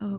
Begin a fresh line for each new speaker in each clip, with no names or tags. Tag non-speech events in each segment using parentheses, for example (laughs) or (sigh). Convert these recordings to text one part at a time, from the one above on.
Genau.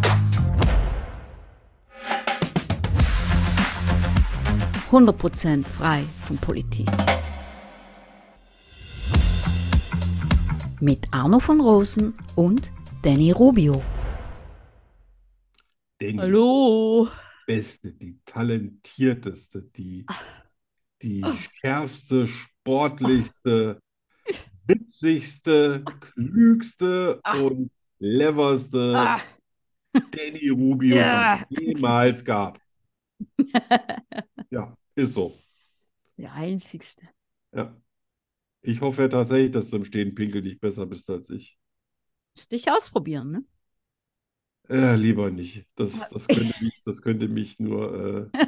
Prozent frei von Politik. Mit Arno von Rosen und Danny Rubio.
Denke ich,
Hallo.
beste, die talentierteste, die, die
Ah.
schärfste, sportlichste, witzigste, klügste
Ach.
und cleverste
Ah,
Danny Rubio,
Ja.
die es jemals
(laughs)
gab. Ja, ist so.
der einzigste.
Ja. Ich hoffe tatsächlich, dass du im stehenden Pinkel nicht besser bist als ich.
Müsste ich ausprobieren, ne? (laughs)
Äh, lieber nicht. Das, das, könnte
(laughs)
mich, das könnte mich nur äh,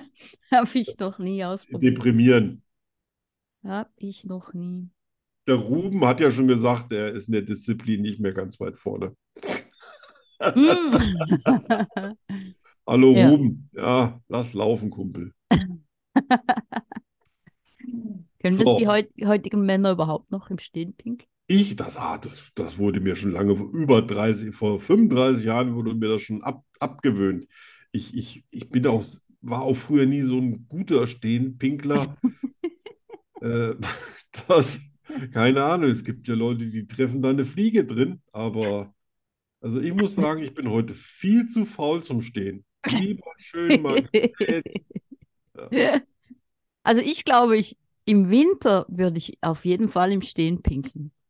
Habe ich noch nie ausprobiert.
deprimieren.
Habe ich noch
(laughs)
nie.
Der Ruben hat ja schon gesagt, er ist in der Disziplin nicht mehr ganz weit vorne.
Mm. Hm.
Hallo
Ja.
Ruben, ja, lass laufen, Kumpel.
(laughs) Können
So.
das die heut heutigen Männer überhaupt noch im Stehen pinkeln?
Ich, das, ah, das, das wurde mir schon lange, vor über 30, vor 35 Jahren wurde mir das schon ab, abgewöhnt. Ich, ich, ich bin auch, war auch früher nie so ein guter Stehenpinkler. äh, (laughs) das, keine Ahnung, es gibt ja Leute, die treffen da eine Fliege drin, aber also ich muss sagen, ich bin heute viel zu faul zum Stehen. Lieber
(laughs)
schön mal gekrätzt.
Also ich glaube, ich im Winter würde ich auf jeden Fall im Stehen pinkeln.
(laughs)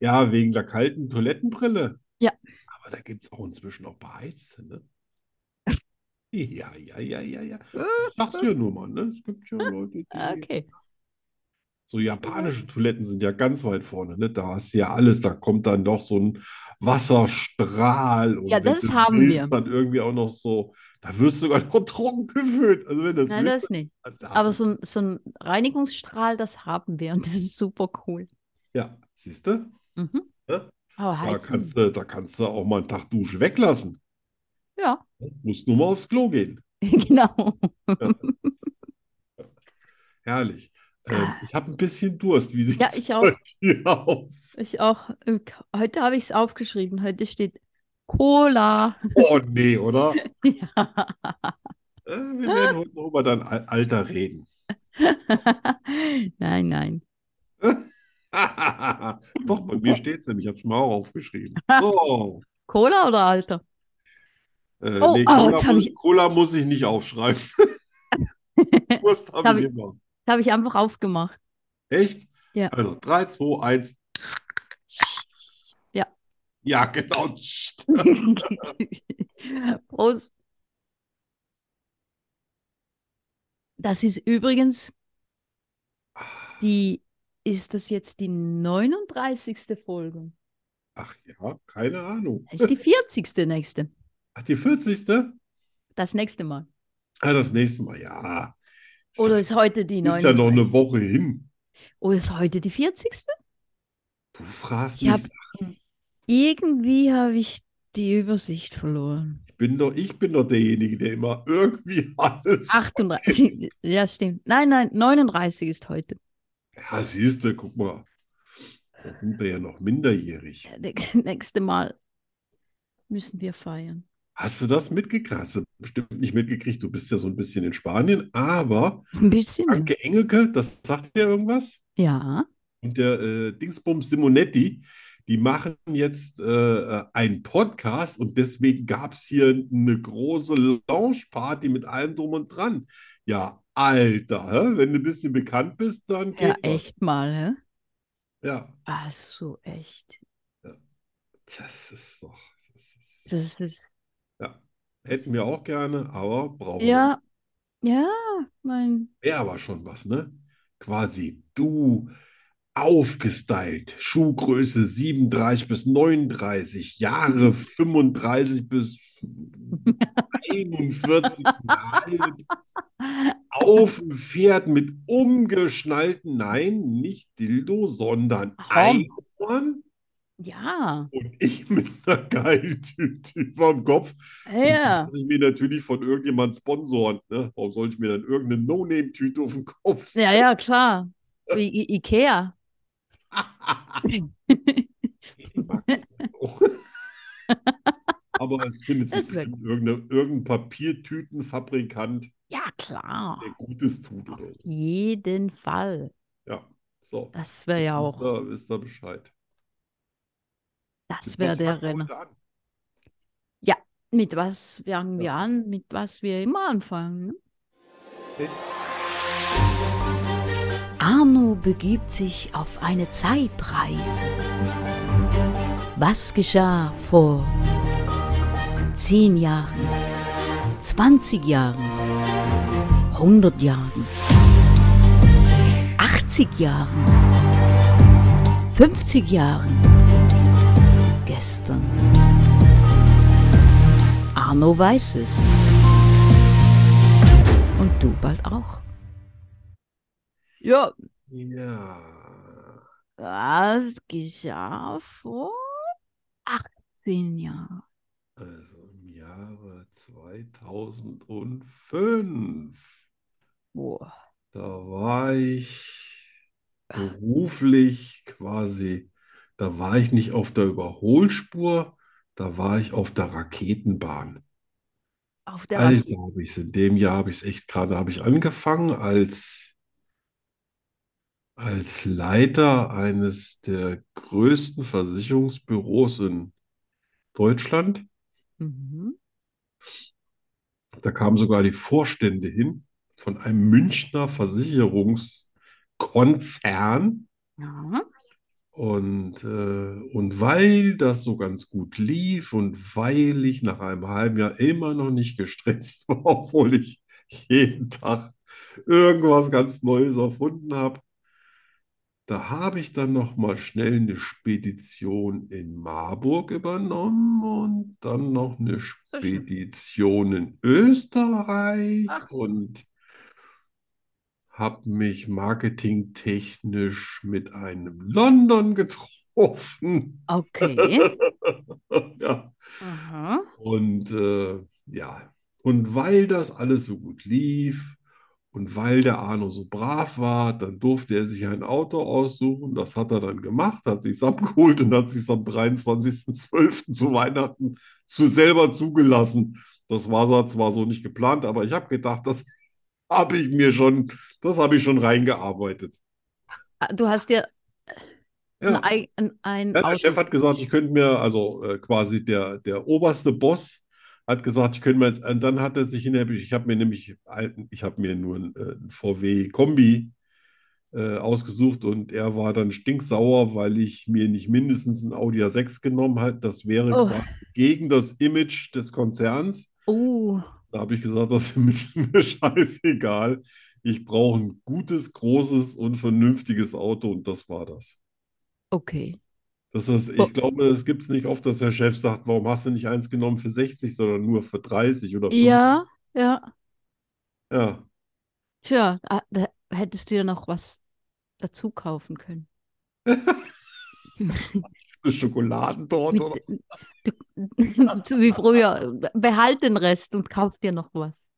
Ja, wegen der kalten Toilettenbrille.
Ja.
Aber da gibt es auch inzwischen auch beheizte,
(laughs)
ne? Ja, ja, ja, ja, ja. Ich sag's ja nur mal, ne? Es gibt ja Leute,
Ah,
die.
Okay.
So japanische Toiletten sind ja ganz weit vorne, ne? Da hast du ja alles, da kommt dann noch so ein Wasserstrahl und
Ja,
wenn
das
du
haben
willst,
wir.
dann irgendwie auch noch so, da wirst du sogar noch trocken (laughs) gefüllt. Also wenn das
Nein,
willst,
das nicht.
dann darfst
Aber
du.
so ein, so ein Reinigungsstrahl, das haben wir und das ist super cool.
Ja, siehst du?
Mhm.
Ja.
Aber
Da
Heizung.
kannst du, da kannst du auch mal einen Tag Dusche weglassen.
Ja,
Musst nur mal aufs Klo gehen.
(laughs) genau.
Herrlich. Ähm, ich habe ein bisschen Durst. Wie sieht
Ah. Ja,
es
ich auch.
bei dir aus?
Ich auch. Äh, Heute habe ich es aufgeschrieben. Heute steht Cola.
Oh nee, oder? Äh,
(laughs) Ja.
wir werden heute noch über dein Al- Alter reden.
(laughs)
(laughs)
Nein, nein.
Doch, bei
(laughs)
mir steht es nämlich. Ich habe es mir auch aufgeschrieben. So.
Cola oder Alter?
Äh,
Oh,
nee,
oh,
Cola,
jetzt hab
muss,
ich-
Cola muss ich
(laughs)
nicht aufschreiben. Durst
Hab
habe ich
ich-
immer.
Das habe ich einfach aufgemacht.
Echt?
Ja.
Also 3, 2, 1.
Ja.
Ja, genau.
(laughs) Prost. Das ist übrigens die, ist das jetzt die 39. Folge?
Ach ja, keine Ahnung.
Das ist die 40. nächste.
Ach, die 40.
Das nächste Mal.
Ah, das nächste Mal, ja. Ist
Oder
ja,
ist heute die
ist ja noch
39.?
eine Woche hin.
Oder ist heute die 40.?
Du fragst
Ich
mich,
hab- Irgendwie habe ich die Übersicht verloren.
ich bin doch, ich bin doch derjenige, der immer irgendwie (laughs) alles.
38. (laughs) Ja, stimmt. Nein, nein, 39 ist heute.
Ja, siehst du, guck mal. Da sind wir ja noch minderjährig.
Das nächste Mal müssen wir feiern.
Hast du das mitgekriegt? Hast du bestimmt nicht mitgekriegt. Du bist ja so ein bisschen in Spanien, aber
Ein bisschen. ja.
Anke Engelke, das sagt dir irgendwas?
Ja.
Und der äh, Dingsbums Simonetti, die machen jetzt äh, einen Podcast und deswegen gab es hier eine große Launchparty mit allem drum und dran. Ja, Alter, hä? wenn du ein bisschen bekannt bist, dann
Ja,
geht das.
echt mal, hä?
Ja,
Also echt.
das ist doch. Das
Das
ist,
ist.
ja. Hätten wir auch gerne, aber brauchen wir
Ja. Ja, mein.
Wäre aber schon was, ne? Quasi du aufgestylt, Schuhgröße 37 bis 39, Jahre 35 bis 41, alt, Ofenpferd mit umgeschnallten, nein, nicht Dildo, sondern
Horn.
Einhorn
Ja,
und ich mit einer Geiltüte überm Kopf.
ja.
Lass ich mir natürlich von irgendjemandem sponsoren. Ne? Warum sollte ich mir dann irgendeine No-Name-Tüte auf den Kopf
Ja, ja, klar. Wie I Ikea.
Ich mag das auch. Aber es findet
Das
sich
ist wirklich-
bestimmt irgendeine, irgendein Papiertütenfabrikant,
Ja, klar.
der Gutes tut
Auf
oder so.
jeden Fall.
Ja, so.
Das wäre
Jetzt
ja
wisst
auch,
ihr, wisst ihr Bescheid.
das
Mit
wäre
was
der
fangen wir
Renner.
heute an?
Mit was fangen wir
Ja.
an? Mit was wir immer anfangen? ne?
Arno begibt sich auf eine Zeitreise. Was geschah vor 10 Jahren, 20 Jahren, 100 Jahren, 80 Jahren, 50 Jahren, gestern? Arno weiß es. Und du bald auch.
Ja,
Ja.
was geschah vor 18 Jahren?
Also im Jahre 2005,
Boah.
da war ich beruflich quasi, da war ich nicht auf der Überholspur, da war ich auf der Raketenbahn.
Auf der
Alter,
Rakete.
habe Also ich es. In dem Jahr habe ich es echt gerade, habe ich angefangen als, als Leiter eines der größten Versicherungsbüros in Deutschland.
Mhm.
Da kamen sogar die Vorstände hin von einem Münchner Versicherungskonzern.
Ja.
Und, äh, und weil das so ganz gut lief und weil ich nach einem halben Jahr immer noch nicht gestresst (laughs) war, obwohl ich jeden Tag irgendwas ganz Neues erfunden habe, da habe ich dann noch mal schnell eine Spedition in Marburg übernommen und dann noch
So
eine
schön.
Spedition in Österreich
Ach so.
und habe mich marketingtechnisch mit einem London getroffen. (laughs)
Okay.
Ja.
Aha.
Und äh, ja, und weil das alles so gut lief und weil der Arno so brav war, dann durfte er sich ein Auto aussuchen. Das hat er dann gemacht, hat sich's abgeholt und hat sich's am 23.12. zu Weihnachten zu selber zugelassen. Das war so- zwar so nicht geplant, aber ich habe gedacht, das (laughs) habe ich mir schon, das habe ich schon reingearbeitet.
Ah, Du hast dir ein,
Ja.
Ei- ein, ein
Ja, der
Auto
Chef hat gesagt, ich könnte mir, also äh, quasi der, der oberste Boss hat gesagt, ich könnte mir jetzt, und dann hat er sich hinterher, ich habe mir nämlich, ein- ich habe mir nur ein, äh, ein VW-Kombi äh, ausgesucht und er war dann stinksauer, weil ich mir nicht mindestens ein Audi A6 genommen habe. Das wäre
Oh.
quasi gegen das Image des Konzerns.
Oh,
Da habe ich gesagt, das (laughs) ist mir scheißegal. Ich brauche ein gutes, großes und vernünftiges Auto und das war das.
okay.
Das ist,
Bo-
ich glaube, es gibt es nicht oft, dass der Chef sagt, warum hast du nicht eins genommen für 60, sondern nur für 30 oder 50?
Ja, ja.
Ja,
Tja, ah, da hättest du ja noch was dazu kaufen können.
das ist eine Schokoladentorte oder
Mit, (laughs) du, so wie früher. Behalt den Rest und kauf dir noch was.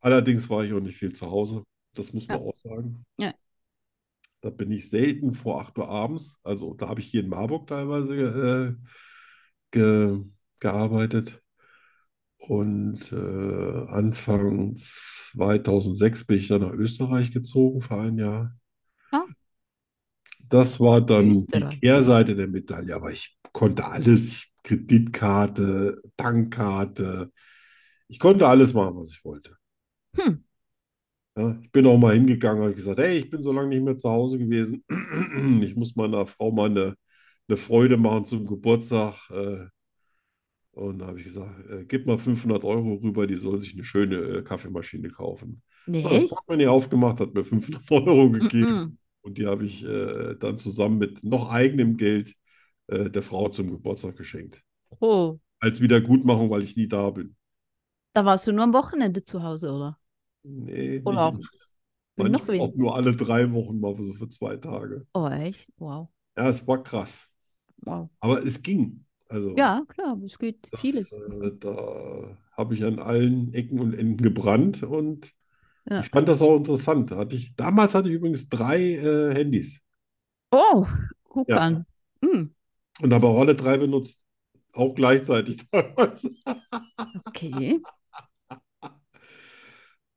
Allerdings war ich auch nicht viel zu Hause. Das muss man
Ja.
auch sagen.
Ja.
Da bin ich selten vor 8 Uhr abends. Also da habe ich hier in Marburg teilweise äh, ge gearbeitet. Und äh, Anfang 2006 bin ich dann nach Österreich gezogen für ein Jahr.
Ah.
Das war dann die
Österreich.
Kehrseite der Medaille. Aber ich konnte alles. Ich- Kreditkarte, Tankkarte. Ich konnte alles machen, was ich wollte.
Hm.
Ja, ich bin auch mal hingegangen, habe gesagt, hey, ich bin so lange nicht mehr zu Hause gewesen. (clears throat) Ich muss meiner Frau mal eine, eine Freude machen zum Geburtstag. äh, Und da habe ich gesagt, äh, gib mal 500 Euro rüber, die soll sich eine schöne äh, Kaffeemaschine kaufen. Ja, das
Nicht?
Portemonnaie aufgemacht, hat mir 500 Euro gegeben.
Mhm.
Und die habe ich äh, dann zusammen mit noch eigenem Geld äh, der Frau zum Geburtstag geschenkt.
Oh,
Als Wiedergutmachung, weil ich nie da bin.
da warst du nur am Wochenende zu Hause, oder?
Nee, nicht
Urlaub.
immer. Manchmal
Noch weniger.
auch nur alle drei Wochen mal so für zwei Tage.
Oh, echt? Wow.
Ja, es war krass.
Wow.
Aber es ging. Also,
Ja, klar, es geht
das,
vieles.
äh, da habe ich an allen Ecken und Enden gebrannt und
Ja.
ich fand das auch interessant. Da Hatte ich, damals hatte ich übrigens drei äh, Handys
Oh, guck
Ja.
an. Hm,
und habe auch alle drei benutzt. Auch gleichzeitig (laughs) teilweise.
okay.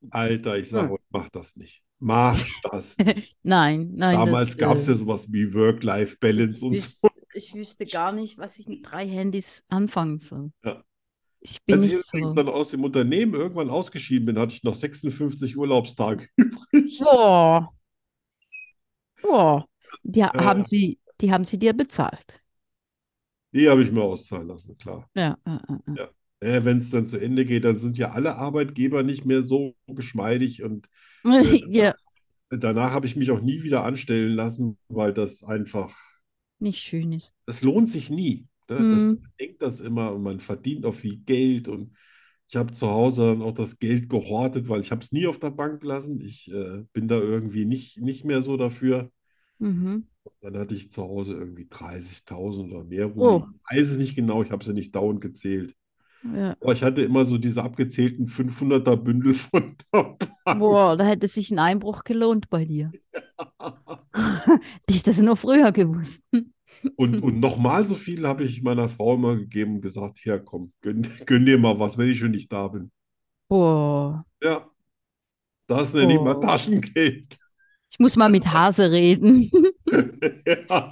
Alter, ich sage,
Hm.
euch, mach das nicht. Mach das nicht.
(laughs) Nein, nein,
Damals
das,
gab es
äh,
ja sowas wie Work-Life-Balance und so.
wüs- ich wüsste gar nicht, was ich mit drei Handys anfangen soll.
Ja.
Ich bin
Als ich
nicht
übrigens
so.
dann aus dem Unternehmen irgendwann ausgeschieden bin, hatte ich noch 56 Urlaubstage übrig.
Boah. Boah. Die ha-
Ja.
haben sie, die haben sie dir bezahlt.
Die habe ich mir auszahlen lassen, klar.
Ja, ja, ja, ja.
Äh, wenn es dann zu Ende geht, dann sind ja alle Arbeitgeber nicht mehr so geschmeidig und
(laughs) Ja,
danach habe ich mich auch nie wieder anstellen lassen, weil das einfach,
nicht schön ist.
es lohnt sich nie. Ne? Das,
Hm.
man denkt das immer und man verdient auch viel Geld und ich habe zu Hause dann auch das Geld gehortet, weil ich habe es nie auf der Bank gelassen. Ich äh, bin da irgendwie nicht, nicht mehr so dafür.
Mhm.
Dann hatte ich zu Hause irgendwie 30.000 oder mehr
Oh.
rumliegen. Ich weiß es nicht genau, ich habe sie nicht dauernd gezählt.
Ja.
Aber ich hatte immer so diese abgezählten 500er Bündel (laughs) von der Bank.
Boah, da hätte sich ein Einbruch gelohnt bei dir. Hätte ich das nur früher gewusst.
Und, und nochmal so viel habe ich meiner Frau immer gegeben und gesagt: Hier, komm, gönn, (laughs) gönn dir mal was, wenn ich schon nicht da bin.
(laughs) Boah.
Ja, das nenne ich mal
Oh.
Taschengeld.
Ich muss mal mit Hase reden.
(laughs) Ja.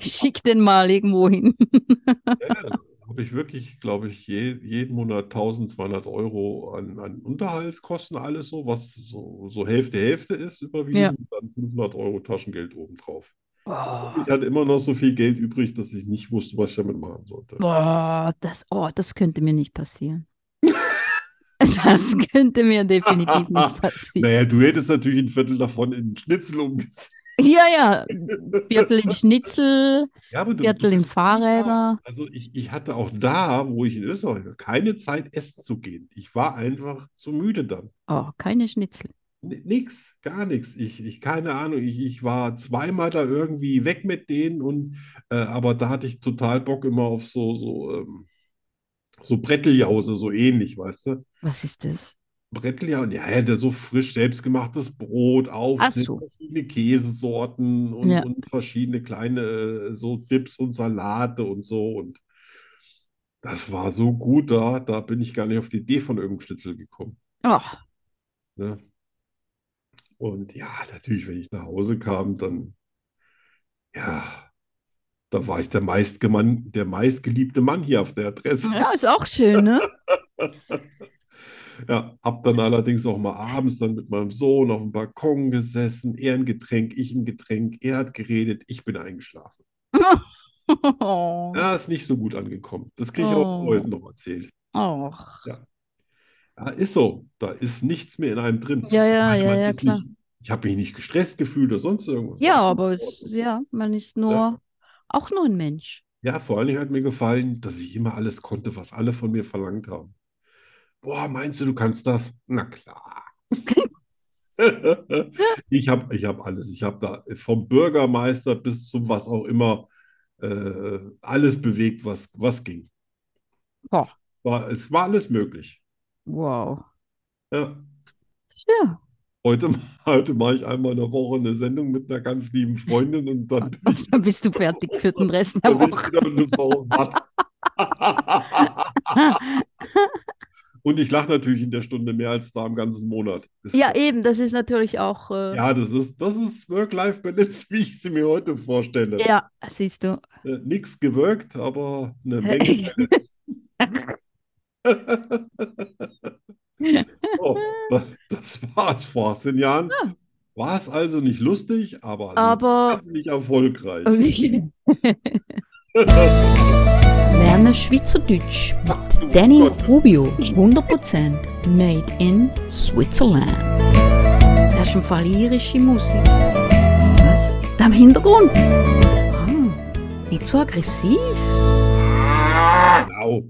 Schick den mal irgendwo hin.
Habe ich wirklich, glaube ich, je, jeden Monat 1200 Euro an, an Unterhaltskosten, alles so, was so, so Hälfte, Hälfte ist, überwiesen und dann 500 Euro Taschengeld obendrauf.
Boah,
Ich hatte immer noch so viel Geld übrig, dass ich nicht wusste, was ich damit machen sollte.
Oh. boah, das, oh, das könnte mir nicht passieren. Das könnte mir definitiv nicht passieren.
Naja, du hättest natürlich ein Viertel davon in Schnitzel umgesetzt.
Ja, ja. Viertel im Schnitzel,
Ja, aber du, du
Viertel im
bist immer-
Fahrräder.
Also ich, ich hatte auch da, wo ich in Österreich war, keine Zeit, essen zu gehen. Ich war einfach zu müde dann.
Oh, keine Schnitzel.
N- Nix, gar nichts. Ich, ich, keine Ahnung. Ich, ich war zweimal da irgendwie weg mit denen und äh, aber da hatte ich total Bock immer auf so, so, ähm, so Bretteljause, so ähnlich, weißt du?
Was ist das?
Bretteljause, ja, ja, der so frisch selbstgemachtes Brot,
Ach
Aufschnitt,
so.
verschiedene Käsesorten und,
Ja.
und verschiedene kleine äh, so Dips und Salate und so. Und das war so gut da, da bin ich gar nicht auf die Idee von irgendeinem Schnitzel gekommen.
Oh,
Ne? Und ja, natürlich, wenn ich nach Hause kam, dann, ja, da war ich der meistgemann, der meistgeliebte Mann hier auf der
(laughs)
Adresse.
ja, ist auch schön, ne? (laughs)
Ja, hab dann allerdings auch mal abends dann mit meinem Sohn auf dem Balkon gesessen, er ein Getränk, ich ein Getränk, er hat geredet, ich bin eingeschlafen.
Oh,
Ja, ist nicht so gut angekommen. Das kriege ich auch
Oh.
heute noch erzählt.
oh.
Ja, ist so. Da ist nichts mehr in einem drin.
Ja,
Ich
ja,
meine,
ja,
man
ja,
ist
klar.
nicht, ich habe mich nicht gestresst gefühlt oder sonst irgendwas.
Ja,
Alles
aber
in
es,
Ordnung.
ja, man ist nur auch nur ein Mensch.
Ja, vor allen Dingen hat mir gefallen, dass ich immer alles konnte, was alle von mir verlangt haben. Boah, meinst du, du kannst das? Na klar. (laughs) Ich habe ich hab alles. Ich habe da vom Bürgermeister bis zum was auch immer äh, alles bewegt, was, was ging.
Boah,
War, es war alles möglich.
wow.
Ja.
Ja, (laughs)
Heute, (laughs) heute mache ich einmal in der Woche eine Sendung mit einer ganz lieben Freundin und dann bin ich,
dann bist du fertig für den Rest der
dann bin ich
Woche.
wieder eine
(laughs)
Woche satt. Und ich lache natürlich in der Stunde mehr als da im ganzen Monat. Ist
Ja,
klar.
eben, das ist natürlich auch, äh,
Ja, das ist, das ist Work-Life-Balance, (laughs) wie ich sie mir heute vorstelle.
ja, siehst du.
Äh, nichts gewirkt, aber eine Menge
(laughs)
Balance. Also, So, das, Oh, das war's vor 18 Jahren.
Ja.
War es also nicht lustig, aber es ist
Ah. Aber
wahnsinnig erfolgreich.
(laughs) Lerne Schweizerdeutsch
Du
mit Danny
Gott.
Rubio. 100% made in Switzerland. Das ist im Fall irische Musik. Was? Da im Hintergrund? Ah, nicht so aggressiv.
Genau.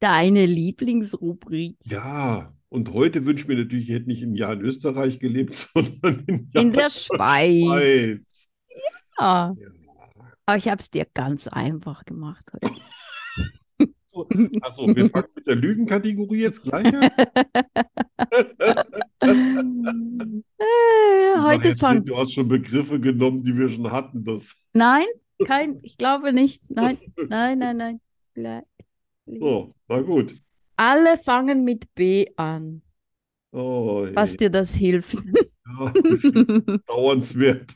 Deine Lieblingsrubrik.
Ja, und heute wünsche ich mir natürlich, ich hätte nicht im Jahr in Österreich gelebt, (laughs) sondern im Jahr
In der Schweiz.
Schweiz.
Ja.
Ja.
Aber ich habe es dir ganz einfach gemacht
(laughs)
heute.
Achso, wir fangen mit der Lügenkategorie jetzt gleich an.
äh, (laughs) heute
Jetzt,
fangen.
Du hast schon Begriffe genommen, die wir schon hatten. Das, (laughs)
Nein, kein, ich glaube nicht. Nein, nein, nein, nein. Ble-
So, na gut.
Alle fangen mit B an,
Oh, je.
was dir das
(laughs)
hilft. (laughs)
Ja, das ist bedauernswert.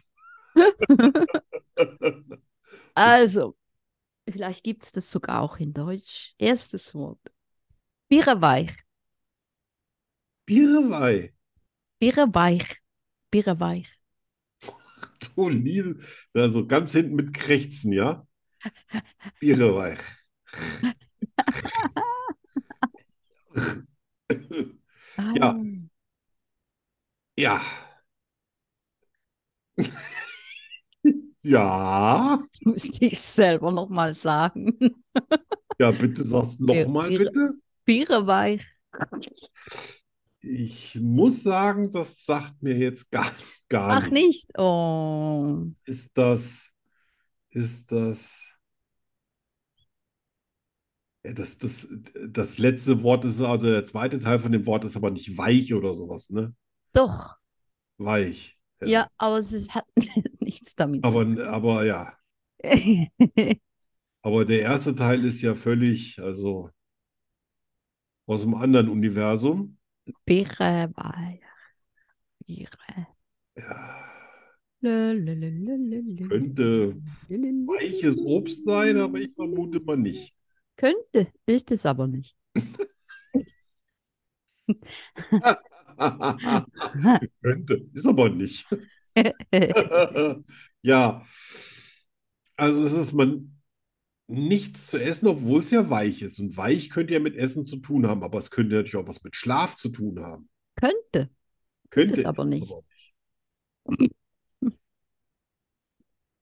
Also, vielleicht gibt es das sogar auch in Deutsch. Erstes Wort. Bierweich.
Bierwei.
Bierweich. Bierweich.
Du liebe. Also ganz hinten mit Krächzen, ja?
(laughs)
(laughs) Bierwei. Ja.
Ah,
Ja. (laughs) Ja.
Das musste ich selber nochmal sagen. (laughs)
Ja, bitte sag's nochmal,
Bier-
bitte.
Bierweich.
Ich muss sagen, das sagt mir jetzt gar, gar
Ach,
nichts.
nicht? Oh.
Ist das, ist das, ja, das, das, das letzte Wort ist, also der zweite Teil von dem Wort ist aber nicht weich oder sowas, ne?
Doch.
Weich.
Ja,
Ja.
aber es ist- hat (laughs) nichts damit zu
Aber, aber ja,
tun. (laughs)
aber der erste Teil ist ja völlig, also aus einem anderen Universum.
Bierweich. Bierweich.
Ja,
Könnte
könnte weiches Obst sein, aber ich vermute mal nicht. (laughs)
Könnte, ist es aber nicht. (laughs)
Könnte, ist aber nicht. (laughs) Ja, also es ist man nichts zu essen, obwohl es ja weich ist. Und weich könnte ja mit Essen zu tun haben, aber es könnte natürlich auch was mit Schlaf zu tun haben.
Könnte.
Könnte
es aber nicht.
(laughs)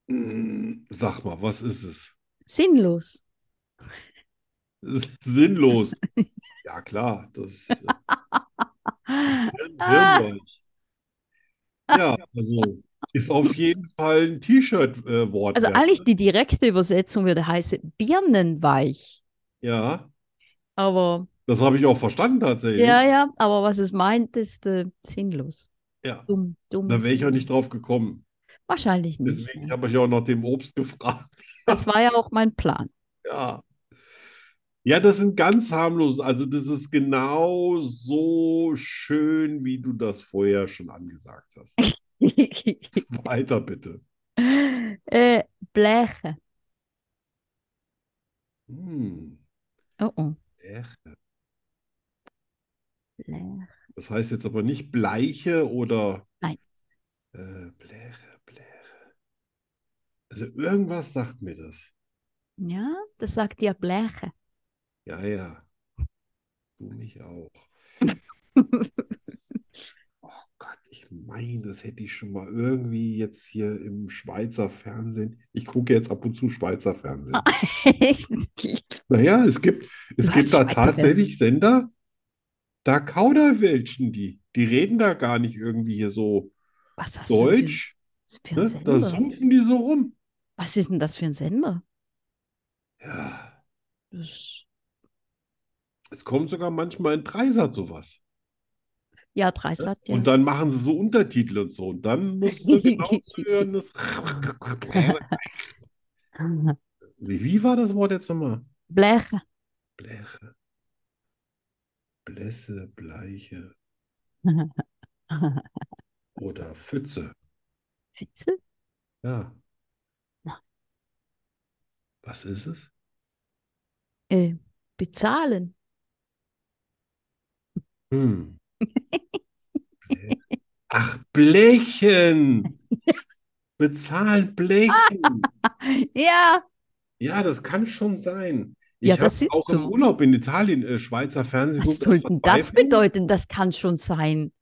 Mm, Sag mal, was ist es?
Sinnlos.
Es ist
(laughs)
sinnlos. Ja, klar, das äh, Hirn-
Ah.
Hirnweich. Ja, also ist auf jeden Fall ein äh, T-Shirt-Wort.
Also eigentlich die direkte Übersetzung würde heißen Birnenweich.
Ja,
Aber
das habe ich auch verstanden tatsächlich.
ja, ja, aber was es meint, ist äh, sinnlos.
Ja.
Dumm, dumm.
Da wäre ich auch
sinnlos.
nicht drauf gekommen.
Wahrscheinlich nicht.
Deswegen
ne?
habe ich auch nach dem Obst gefragt.
Das war ja auch mein Plan. (laughs)
Ja. Ja, das sind ganz harmlos. Also, das ist genau so schön, wie du das vorher schon angesagt hast. Weiter bitte.
äh, Bleche.
Hm.
Oh, oh.
echt?
Bleche.
Das heißt jetzt aber nicht Bleiche oder.
Nein.
Äh, Bläre, Bläre. Also, irgendwas sagt mir das.
Ja, das sagt ja (laughs) Bleche.
Ja, ja. Du mich auch. Oh Gott, ich meine, das hätte ich schon mal irgendwie jetzt hier im Schweizer Fernsehen. Ich gucke jetzt ab und zu Schweizer Fernsehen. Naja, es gibt, es
Du
gibt
hast
da
Schweizer
tatsächlich Sender, da kauderwelschen die. Die reden da gar nicht irgendwie hier so
Was hast
deutsch,
du denn das
ne?
für ein
Da
Sender?
sumpfen die so rum.
Was ist denn Ne? das für ein Sender?
Ja,
Das-
es kommt sogar manchmal in Dreisat sowas.
Ja, Dreisat, ja.
Und dann machen sie so Untertitel und so. Und dann musst
(laughs)
du genau zuhören. Das Wie wie war das Wort jetzt nochmal?
Bleche. (laughs)
Bleche. Blässe, Bleiche oder Pfütze.
Fitze?
Ja.
Na.
Was ist es?
Äh, bezahlen.
Hm. Blä- (laughs) Ach, Blechen. Bezahlen Blechen.
Ja,
Ja, das kann schon sein.
Ja,
Ich
das
habe
ist
auch im
so.
Urlaub in Italien äh, Schweizer Fernsehen
was
geguckt,
soll
aus
denn das
Verzweiflung.
bedeuten? Das kann schon sein.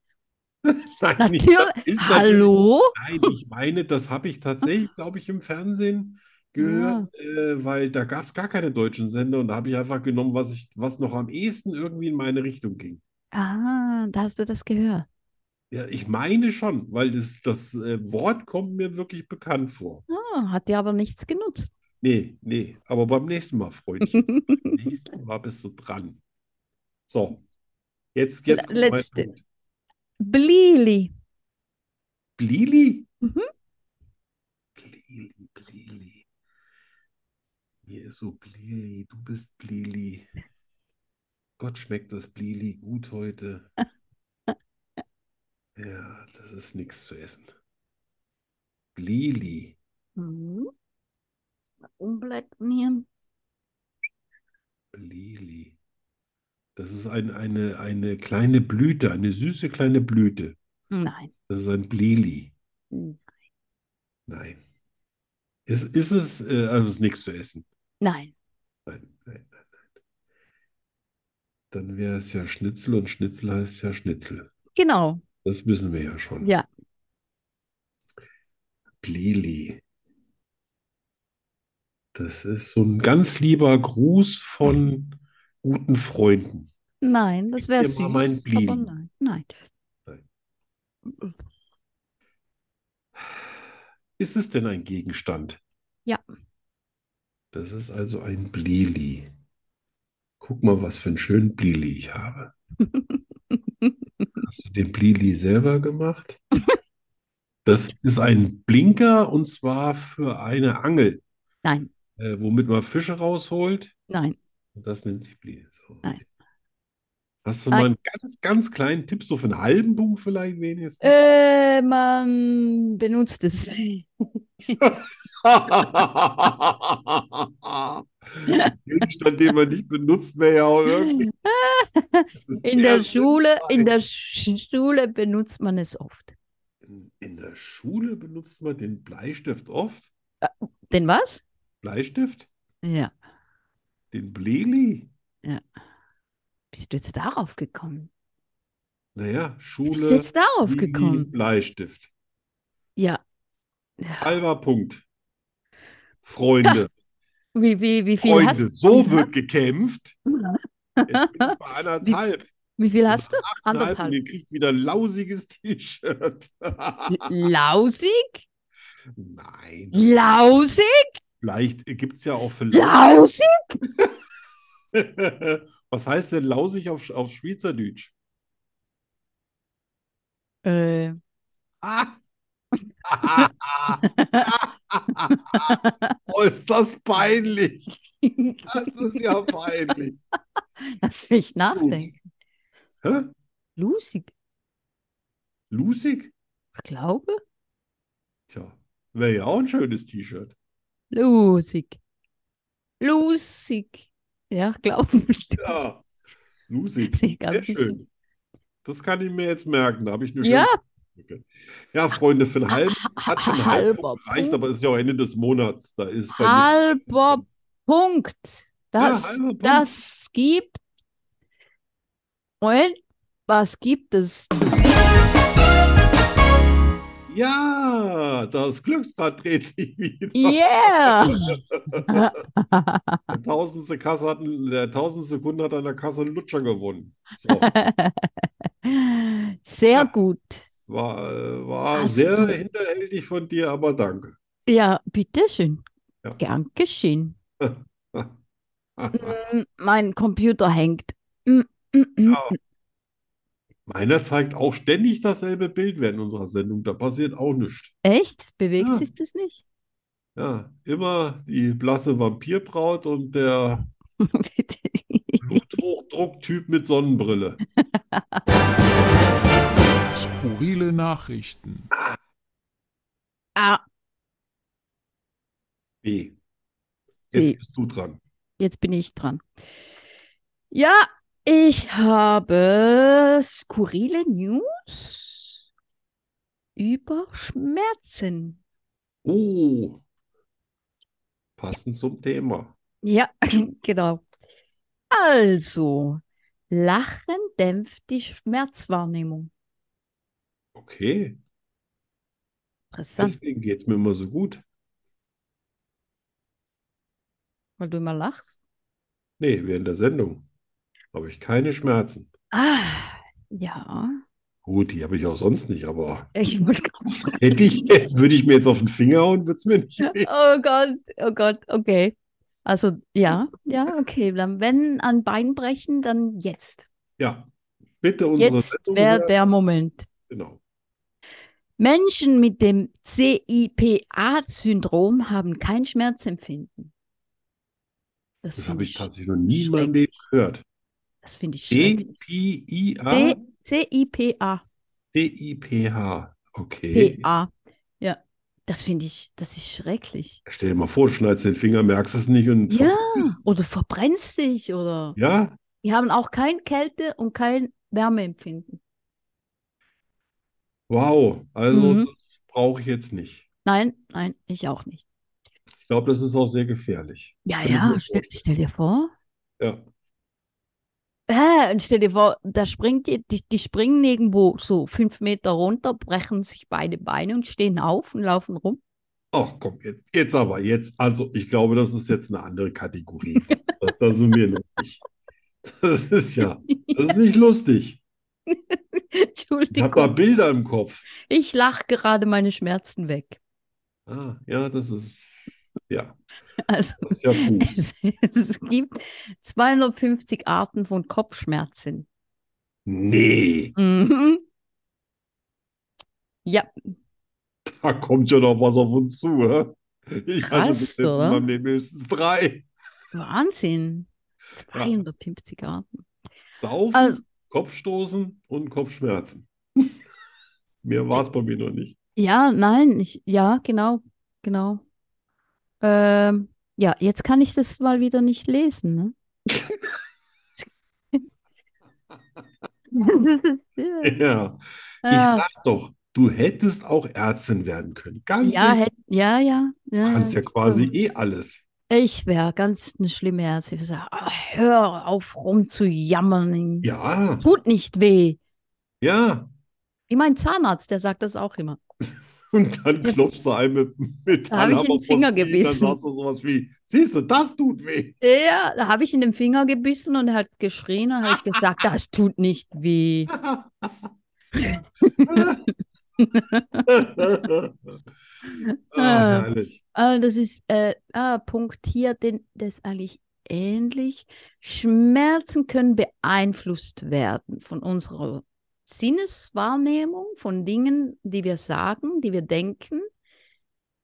Nein,
Natürlich-
nicht. Das ist natürlich
Hallo?
Nein, ich meine, das habe ich tatsächlich, glaube ich, im Fernsehen gehört,
Ah.
äh, weil da gab es gar keine deutschen Sender und da habe ich einfach genommen, was ich, was noch am ehesten irgendwie in meine Richtung ging.
Ah, da hast du das gehört.
Ja, ich meine schon, weil das, das äh, Wort kommt mir wirklich bekannt vor.
Ah, hat dir aber nichts genutzt. (laughs)
Nee, nee, aber beim nächsten Mal, Freundchen. beim nächsten Mal bist du dran. So, jetzt, jetzt kommt mein
letzte.
Punkt.
Blili.
Blili?
Mhm.
Blili, Blili. Mir ist so Blili, du bist Blili. Gott, schmeckt das Blili
(laughs)
gut heute. Ja, das ist nichts zu essen. Blili.
Mhm. Mal Umblättern hier.
Lili. Das ist ein, eine, eine kleine Blüte, eine süße kleine Blüte.
Nein.
Das ist ein Blili.
Hm.
Nein. Ist, ist es, äh, also ist nichts zu essen.
Nein.
Nein, nein, nein, nein. Dann wäre es ja Schnitzel und Schnitzel heißt ja Schnitzel.
Genau.
Das wissen wir ja schon.
Ja.
Blili. Das ist so ein ganz lieber Gruß von guten Freunden.
Nein, das wäre
Gib dir
süß.
mal mein
Aber
Blili.
nein. Nein.
Nein. Ist es denn ein Gegenstand?
Ja.
Das ist also ein Blili. Guck mal, was für einen schönen Blili ich habe. Hast du den Blili selber gemacht? Das ist ein Blinker und zwar für eine Angel,
Nein.
äh, womit man Fische rausholt.
Nein.
Und das nennt sich Blili. So.
Nein.
Hast du
Nein.
mal einen ganz, ganz kleinen Tipp, so für einen halben Punkt vielleicht wenigstens?
Äh, man benutzt es.
Gegenstand, den man nicht benutzt, wäre ja auch irgendwie.
In der Schule, in der Sch- Schule benutzt man es oft.
In, in der Schule benutzt man den Bleistift oft.
Denn was?
Bleistift?
Ja.
Den Bleli?
Bist du jetzt darauf gekommen?
Naja,
Bist du
Schule,
jetzt darauf
Bleli,
gekommen?
Bleistift.
Ja. Ja.
Halber Punkt. Freunde,
Wie, wie, wie viel hast
Freunde,
du?
so
(laughs)
wird gekämpft. Jetzt bin ich bei anderthalb.
Wie viel hast du?
Anderthalb und
Anderthalb.
ihr kriegt wieder ein lausiges T-Shirt. (laughs)
Lausig?
Nein. das-
Lausig?
Vielleicht gibt es ja auch für
Lausig?
Lausig. (laughs) Was heißt denn lausig auf,
(laughs)
auf Schweizerdeutsch?
Äh.
Ah. oh, ist das peinlich. Das
(laughs)
ist ja peinlich.
(laughs) Lass mich nachdenken.
Hä?
Lausig?
Lusig?
Ich glaube.
Tja, wäre ja auch ein schönes T-Shirt.
Lausig. Lausig. Ja, ich glaube. Ja.
Ja, lusig.
Sehr
Sehr schön. Das kann ich mir jetzt merken. Da habe ich eine
Ja.
schöne Brücke. Ja, Freunde, für einen halben hat für einen halben
halber
Punkt gereicht, aber es ist ja auch Ende des Monats. Da ist bei mir.
Halber Punkt. Das,
halber Punkt.
das gibt. Moment, was gibt
(laughs)
es?
Ja, das Glücksrad dreht sich wieder.
Yeah! (laughs)
Der tausendste Kasse hat, der tausendste Kunde hat an der Kasse einen Lutscher gewonnen. So,
Sehr gut.
war, äh, war
Hast
sehr
du-
hinterhältig von dir, aber danke.
Ja, bitteschön.
Ja.
Gern
(laughs)
geschehen. Mm, Mein Computer hängt. Mm, mm, mm.
Ja. Meiner zeigt auch ständig dasselbe Bild während unserer Sendung. Da passiert auch nichts.
Echt? Bewegt
Ja.
sich das nicht? (laughs)
Ja, immer die blasse Vampirbraut und der Bluthochdrucktyp mit Sonnenbrille.
Skurrile Nachrichten.
ah, B.
B. Jetzt bist du dran.
jetzt bin ich dran. Ja, ich habe skurrile News über Schmerzen.
Oh, passend zum Thema.
Ja, (laughs) genau. Also, Lachen dämpft die Schmerzwahrnehmung.
Okay,
Interessant.
deswegen geht es mir immer so gut.
Weil du immer lachst.
Nee, während der Sendung habe ich keine Schmerzen.
Ah, ja.
Gut, die habe ich auch sonst nicht, aber (laughs)
Ich wollte gerade
hätte ich, würde ich mir jetzt auf den Finger hauen, würde es mir nicht. weh.
Oh Gott, oh Gott, okay. Also ja, ja, okay. Dann wenn an Bein brechen, dann jetzt.
Ja, bitte unsere
Jetzt
Sendung
wäre
hören.
der Moment.
Genau.
Menschen mit dem CIPA-Syndrom haben kein Schmerzempfinden. Das
Das
finde
habe ich
ich,
tatsächlich noch nie in meinem Leben gehört.
das finde ich schrecklich.
D-P-I-A,
CIPA,
D-I-P-H. Okay.
PA. Ja, das finde ich, das ist schrecklich.
Stell dir mal vor, du schneidest den Finger, merkst es nicht und
Ja, oder verbrennst dich oder
ja,
die haben auch kein Kälte und kein Wärmeempfinden.
wow. Also
Mhm.
das brauche ich jetzt nicht.
Nein, nein, ich auch nicht.
Ich glaube, das ist auch sehr gefährlich.
Ja,
Kann ich
ja,
mir
stell,
vorstellen.
stell dir vor.
Ja,
Äh, und stell dir vor, da springt die, die, die springen irgendwo so fünf Meter runter, brechen sich beide Beine und stehen auf und laufen rum. (laughs)
ach komm, jetzt, jetzt aber, jetzt. Also, ich glaube, das ist jetzt eine andere Kategorie. Das, das, das sind wir noch nicht. Das ist ja, das ist nicht lustig. Ich habe da
Entschuldigung,
Bilder im Kopf.
ich lache gerade meine Schmerzen weg. (laughs)
Ah, ja, das ist, ja,
Also,
das ist ja gut.
es, es gibt 250 Arten von Kopfschmerzen.
Nee,
Mhm. Ja,
da kommt schon noch was auf uns zu. Hä? Ich hatte
Krass,
bis jetzt in
oder?
meinem Leben höchstens drei.
Wahnsinn. 250 Arten.
Saufen,
Also-
Kopfstoßen
(laughs)
und Kopfschmerzen. Mehr war es bei mir noch nicht.
Ja, nein, ich, ja, genau, genau. Ähm, ja, jetzt kann ich das mal wieder nicht lesen, ne? Das ist, ja,
Ja, ich
ja,
sag doch, du hättest auch Ärztin werden können. Ganz
ja,
sicher.
hätt- ja, ja,
Du
ja,
kannst
ja,
ja quasi eh alles.
Ich wäre ganz eine schlimme Ärztin. Ich sag, ach, hör auf rumzujammern.
Ja,
Tut nicht weh.
ja.
Wie mein Zahnarzt, der sagt das auch immer.
Und dann klopfst du einem mit, mit
Da hab ich in den
Hammer vors
Finger
Knie,
gebissen.
Dann sagst du sowas wie, siehst du, das tut
(laughs)
weh.
Ja, da habe ich in den Finger gebissen und er hat geschrien und habe ich gesagt, das tut nicht weh.
Ah, herrlich.
Ah, das ist äh, ah, Punkt hier, den, das ist eigentlich ähnlich. Schmerzen können beeinflusst werden von unserer Sinneswahrnehmung, von Dingen, die wir sagen, die wir denken,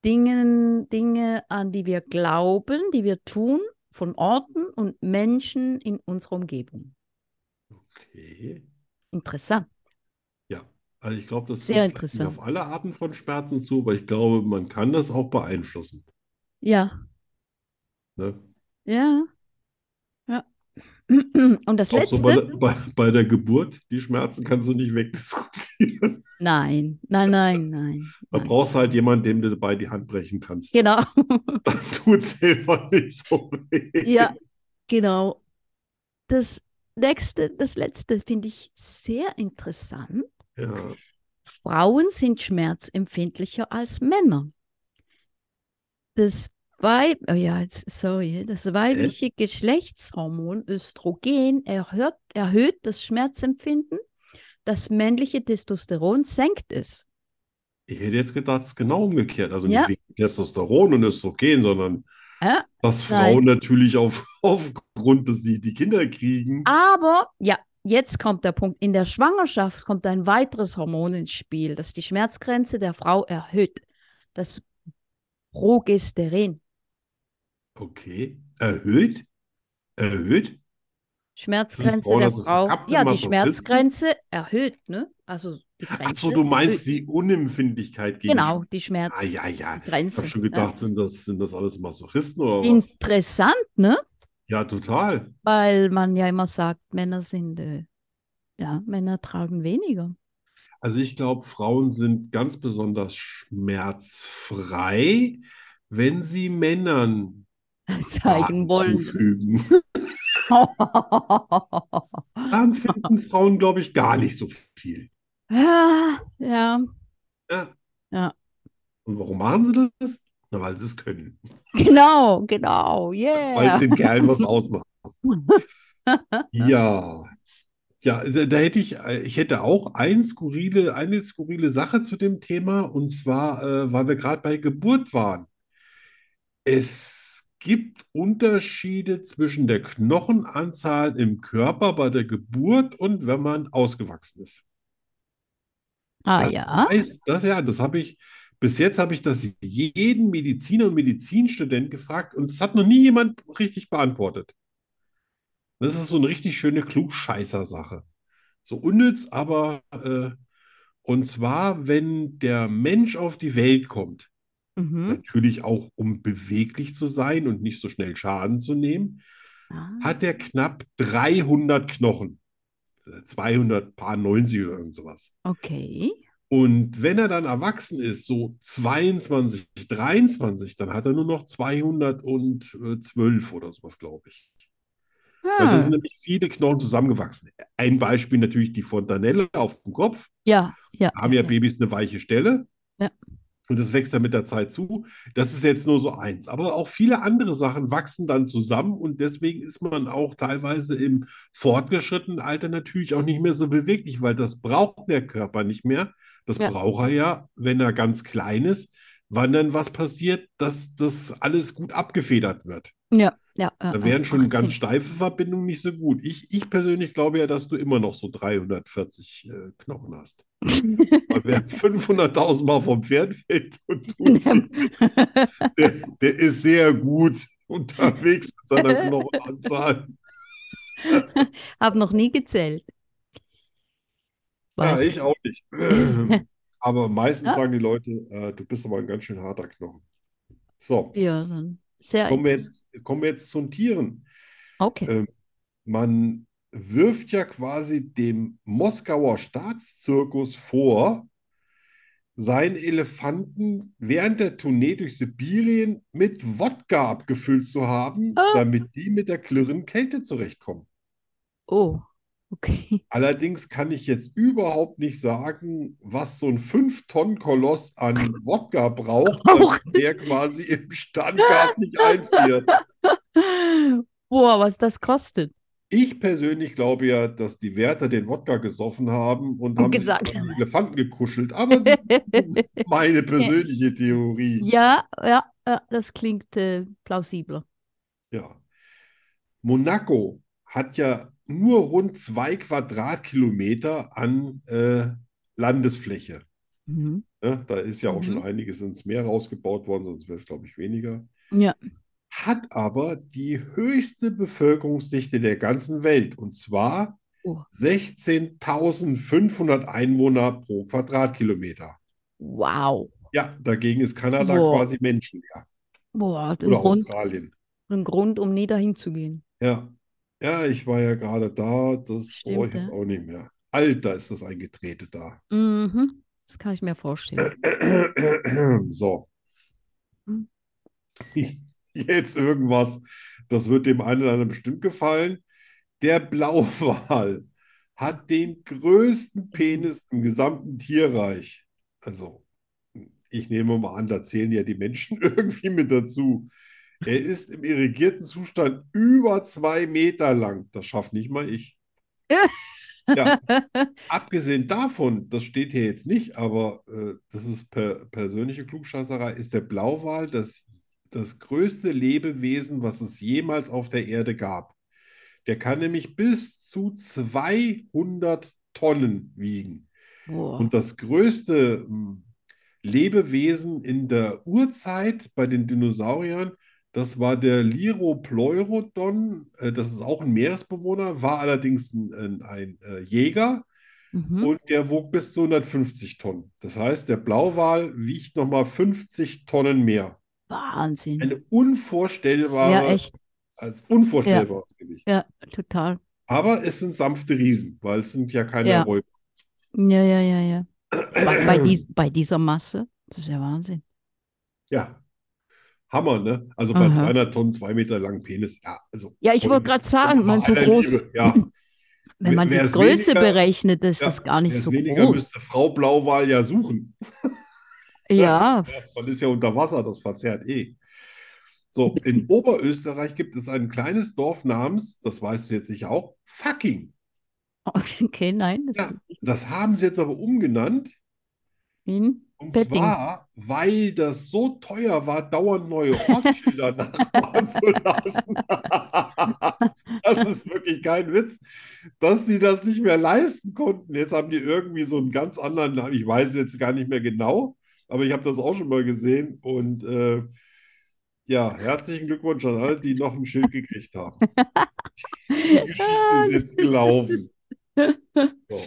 Dingen, Dinge, an die wir glauben, die wir tun, von Orten und Menschen in unserer Umgebung.
Okay.
Interessant.
Also ich glaube, das
Sehr
trifft vielleicht nicht
interessant.
auf alle Arten von Schmerzen zu, aber ich glaube, man kann das auch beeinflussen.
Ja,
Ne?
ja, ja. Und das
Auch so bei,
Letzte?
der- bei, bei der Geburt, die Schmerzen kannst du nicht
(laughs)
wegdiskutieren.
Nein, nein, nein, nein,
Da
nein.
brauchst du halt jemanden, dem du dabei die Hand brechen kannst.
Genau.
(laughs) Dann tut es selber nicht so weh. (laughs)
Ja, genau. Das nächste, das letzte finde ich sehr interessant.
Ja.
Frauen sind schmerzempfindlicher als Männer. Das Weib, oh ja, jetzt, sorry, das weibliche Geschlechtshormon Östrogen erhöht, erhöht das Schmerzempfinden. Das männliche Testosteron senkt es.
Ich hätte jetzt gedacht, es ist genau umgekehrt. Also nicht
Ja.
wegen Testosteron und Östrogen, sondern
Ja,
dass
nein.
Frauen natürlich auf, (laughs) aufgrund, dass sie die Kinder kriegen.
Ah. Aber ja, jetzt kommt der Punkt. In der Schwangerschaft kommt ein weiteres Hormon ins Spiel, das die Schmerzgrenze der Frau erhöht. Das Progesterin.
Okay. Erhöht? Erhöht?
Schmerzgrenze
Frauen
der
also
Frau.
verkappte
Ja, die
Masochisten?
Schmerzgrenze erhöht, ne? Also die
Ach
Grenze.
so, du meinst
erhöht.
die Unempfindlichkeit gegen
Genau,
Schmerz.
die Schmerz.
Ah, ja, ja.
die
Ich habe
Grenze.
schon gedacht, sind das, sind das alles Masochisten oder
Ja.
was?
Interessant, ne?
Ja, total.
Weil man ja immer sagt, Männer sind, äh, ja, Männer tragen weniger. (laughs)
Also ich glaube, Frauen sind ganz besonders schmerzfrei, wenn sie Männern
Zeigen
Schaden
wollen.
zufügen. Dann finden Frauen, glaube ich, gar nicht so viel.
(laughs) ja, ja.
Ja.
Ja.
Und warum machen sie das? Na, weil sie es können.
Genau, genau,
Weil es
yeah.
den Kerlen was ausmacht. Ja. Ja, da, da hätte ich, äh, ich hätte auch ein skurrile, eine skurrile Sache zu dem Thema, und zwar, äh, weil wir gerade bei Geburt waren. Es gibt Unterschiede zwischen der Knochenanzahl im Körper bei der Geburt und wenn man ausgewachsen ist.
(laughs) Ah
Das
ja,
weiß, das ja, das habe ich, bis jetzt habe ich das jeden Mediziner und Medizinstudent gefragt und es hat noch nie jemand richtig beantwortet. Das ist so eine richtig schöne Klugscheißer-Sache. So unnütz, aber äh, und zwar, wenn der Mensch auf die Welt kommt,
mhm.
natürlich auch um beweglich zu sein und nicht so schnell Schaden zu nehmen,
Ah,
hat er knapp 300 Knochen. 200 Paar 90 oder irgend sowas.
okay.
Und wenn er dann erwachsen ist, so 22, 23, dann hat er nur noch 212 oder sowas, glaube ich. Weil da sind
Ah,
nämlich viele Knochen zusammengewachsen. Ein Beispiel natürlich die Fontanelle auf dem Kopf.
ja, ja,
Da haben
ja,
ja
ja.
Babys eine weiche Stelle.
Ja.
Und das wächst dann mit der Zeit zu. Das ist jetzt nur so eins. Aber auch viele andere Sachen wachsen dann zusammen. Und deswegen ist man auch teilweise im fortgeschrittenen Alter natürlich auch nicht mehr so beweglich, weil das braucht der Körper nicht mehr. Das
Ja.
braucht er ja, wenn er ganz klein ist, wann dann was passiert, dass das alles gut abgefedert wird.
Ja, ja, ja,
Da
ja,
wären schon
macht
ganz
Sinn.
steife Verbindungen nicht so gut. Ich, ich persönlich glaube ja, dass du immer noch so 340 äh,
(laughs)
Knochen hast. Weil wer 500.000 Mal vom Pferd fällt und
(laughs)
du der, der ist sehr gut unterwegs mit seiner
(laughs)
Knochenanzahl.
Hab noch nie gezählt.
Ja,
Weiß
ich auch
(laughs)
nicht. Aber meistens
Ja.
sagen die Leute, äh, du bist aber ein ganz schön harter Knochen. So,
Ja, dann sehr
kommen wir
interessant.
jetzt, kommen wir jetzt zu den Tieren.
Okay.
Ähm, man wirft ja quasi dem Moskauer Staatszirkus vor, seinen Elefanten während der Tournee durch Sibirien mit Wodka abgefüllt zu haben,
Ah.
damit die mit der klirrenden Kälte zurechtkommen.
Oh, okay. (laughs)
Allerdings kann ich jetzt überhaupt nicht sagen, was so ein 5-Tonnen-Koloss an Wodka braucht,
(laughs) Auch.
damit der quasi im Standgas nicht einfriert.
Boah, was das kostet.
Ich persönlich glaube ja, dass die Wärter den Wodka gesoffen haben und
Und
haben sich
gesagt.
an die Elefanten gekuschelt. Aber das ist
(laughs)
meine persönliche Theorie.
Ja, ja, ja, das klingt äh, plausibler.
Ja. Monaco hat ja nur rund zwei Quadratkilometer an äh, Landesfläche.
Mhm.
Ne? Da ist ja auch schon
Mhm.
einiges ins Meer rausgebaut worden, sonst wäre es, glaube ich, weniger.
Ja.
Hat aber die höchste Bevölkerungsdichte der ganzen Welt und zwar
Oh.
16.500 Einwohner pro Quadratkilometer.
Wow.
Ja, dagegen ist Kanada
Boah.
quasi menschenleer
Boah, ein
oder
Grund,
Australien.
ein Grund, um nie dahin zu gehen.
Ja, ja, ich war ja gerade da, das brauche ich
Stimmt,
jetzt
ja.
auch nicht mehr. Alter, ist das eingetreten da.
Mhm. Das kann ich mir vorstellen.
(clears throat) So.
Hm.
(laughs) Jetzt irgendwas, das wird dem einen oder anderen bestimmt gefallen. Der Blauwal hat den größten Penis im gesamten Tierreich. Also, ich nehme mal an, da zählen ja die Menschen (laughs) irgendwie mit dazu. Er ist im irrigierten Zustand über zwei Meter lang. Das schafft nicht mal ich. Ja, Abgesehen davon, das steht hier jetzt nicht, aber äh, das ist per, persönliche Klugscheißerei, ist der Blauwal das, das größte Lebewesen, was es jemals auf der Erde gab. Der kann nämlich bis zu 200 Tonnen wiegen.
Boah.
Und das größte ähm, Lebewesen in der Urzeit bei den Dinosauriern, das war der Liropleurodon, äh, das ist auch ein Meeresbewohner, war allerdings ein, ein, ein äh, Jäger.
Mhm.
Und der wog bis zu 150 Tonnen. Das heißt, der Blauwal wiegt nochmal 50 Tonnen mehr.
Wahnsinn.
Eine
Ja,
unvorstellbare,
echt.
als unvorstellbares Gewicht.
Ja, total.
Aber es sind sanfte Riesen, weil es sind ja keine
Ja.
Räuber.
Ja, ja, ja, ja. Bei, bei, dies, bei dieser Masse, das ist ja Wahnsinn.
(clears throat) Ja, Hammer, ne? Also bei
Aha.
200 Tonnen, zwei Meter langen Penis, ja, also
Ja, ich
voll-
wollte gerade sagen,
bei
man so
aller
groß,
Liebe, (laughs) ja.
wenn man die
Wer es
Größe
weniger-
berechnet, ist
Ja,
das gar nicht
Wer es
so
weniger
groß.
müsste Frau Blauwal ja suchen.
Ja,
Man ist ja unter Wasser, das verzerrt eh. So, in Oberösterreich gibt es ein kleines Dorf namens, das weißt du jetzt sicher auch, Fucking.
(laughs) okay, nein. Das
Ja. Das haben sie jetzt aber umgenannt.
in,
Und
Petting.
zwar, weil das so teuer war, dauernd neue Ortsschilder (laughs) nachbauen zu lassen. (laughs) Das ist wirklich kein Witz, dass sie das nicht mehr leisten konnten. Jetzt haben die irgendwie so einen ganz anderen Namen. Ich weiß jetzt gar nicht mehr genau, aber ich habe das auch schon mal gesehen. Und äh, ja, herzlichen Glückwunsch an alle, die noch ein Schild
(laughs)
gekriegt haben. Die Geschichte
Ah,
ist
das-
jetzt gelaufen. So.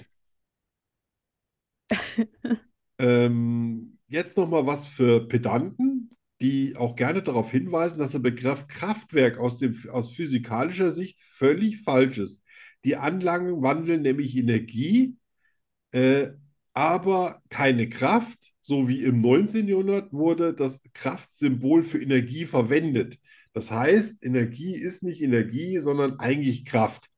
Ähm, jetzt nochmal was für Pedanten, die auch gerne darauf hinweisen, dass der Begriff Kraftwerk aus, dem, aus physikalischer Sicht völlig falsch ist. Die Anlagen wandeln nämlich Energie, äh, aber keine Kraft, so wie im 19. Jahrhundert wurde das Kraftsymbol für Energie verwendet. Das heißt, Energie ist nicht Energie, sondern eigentlich Kraft.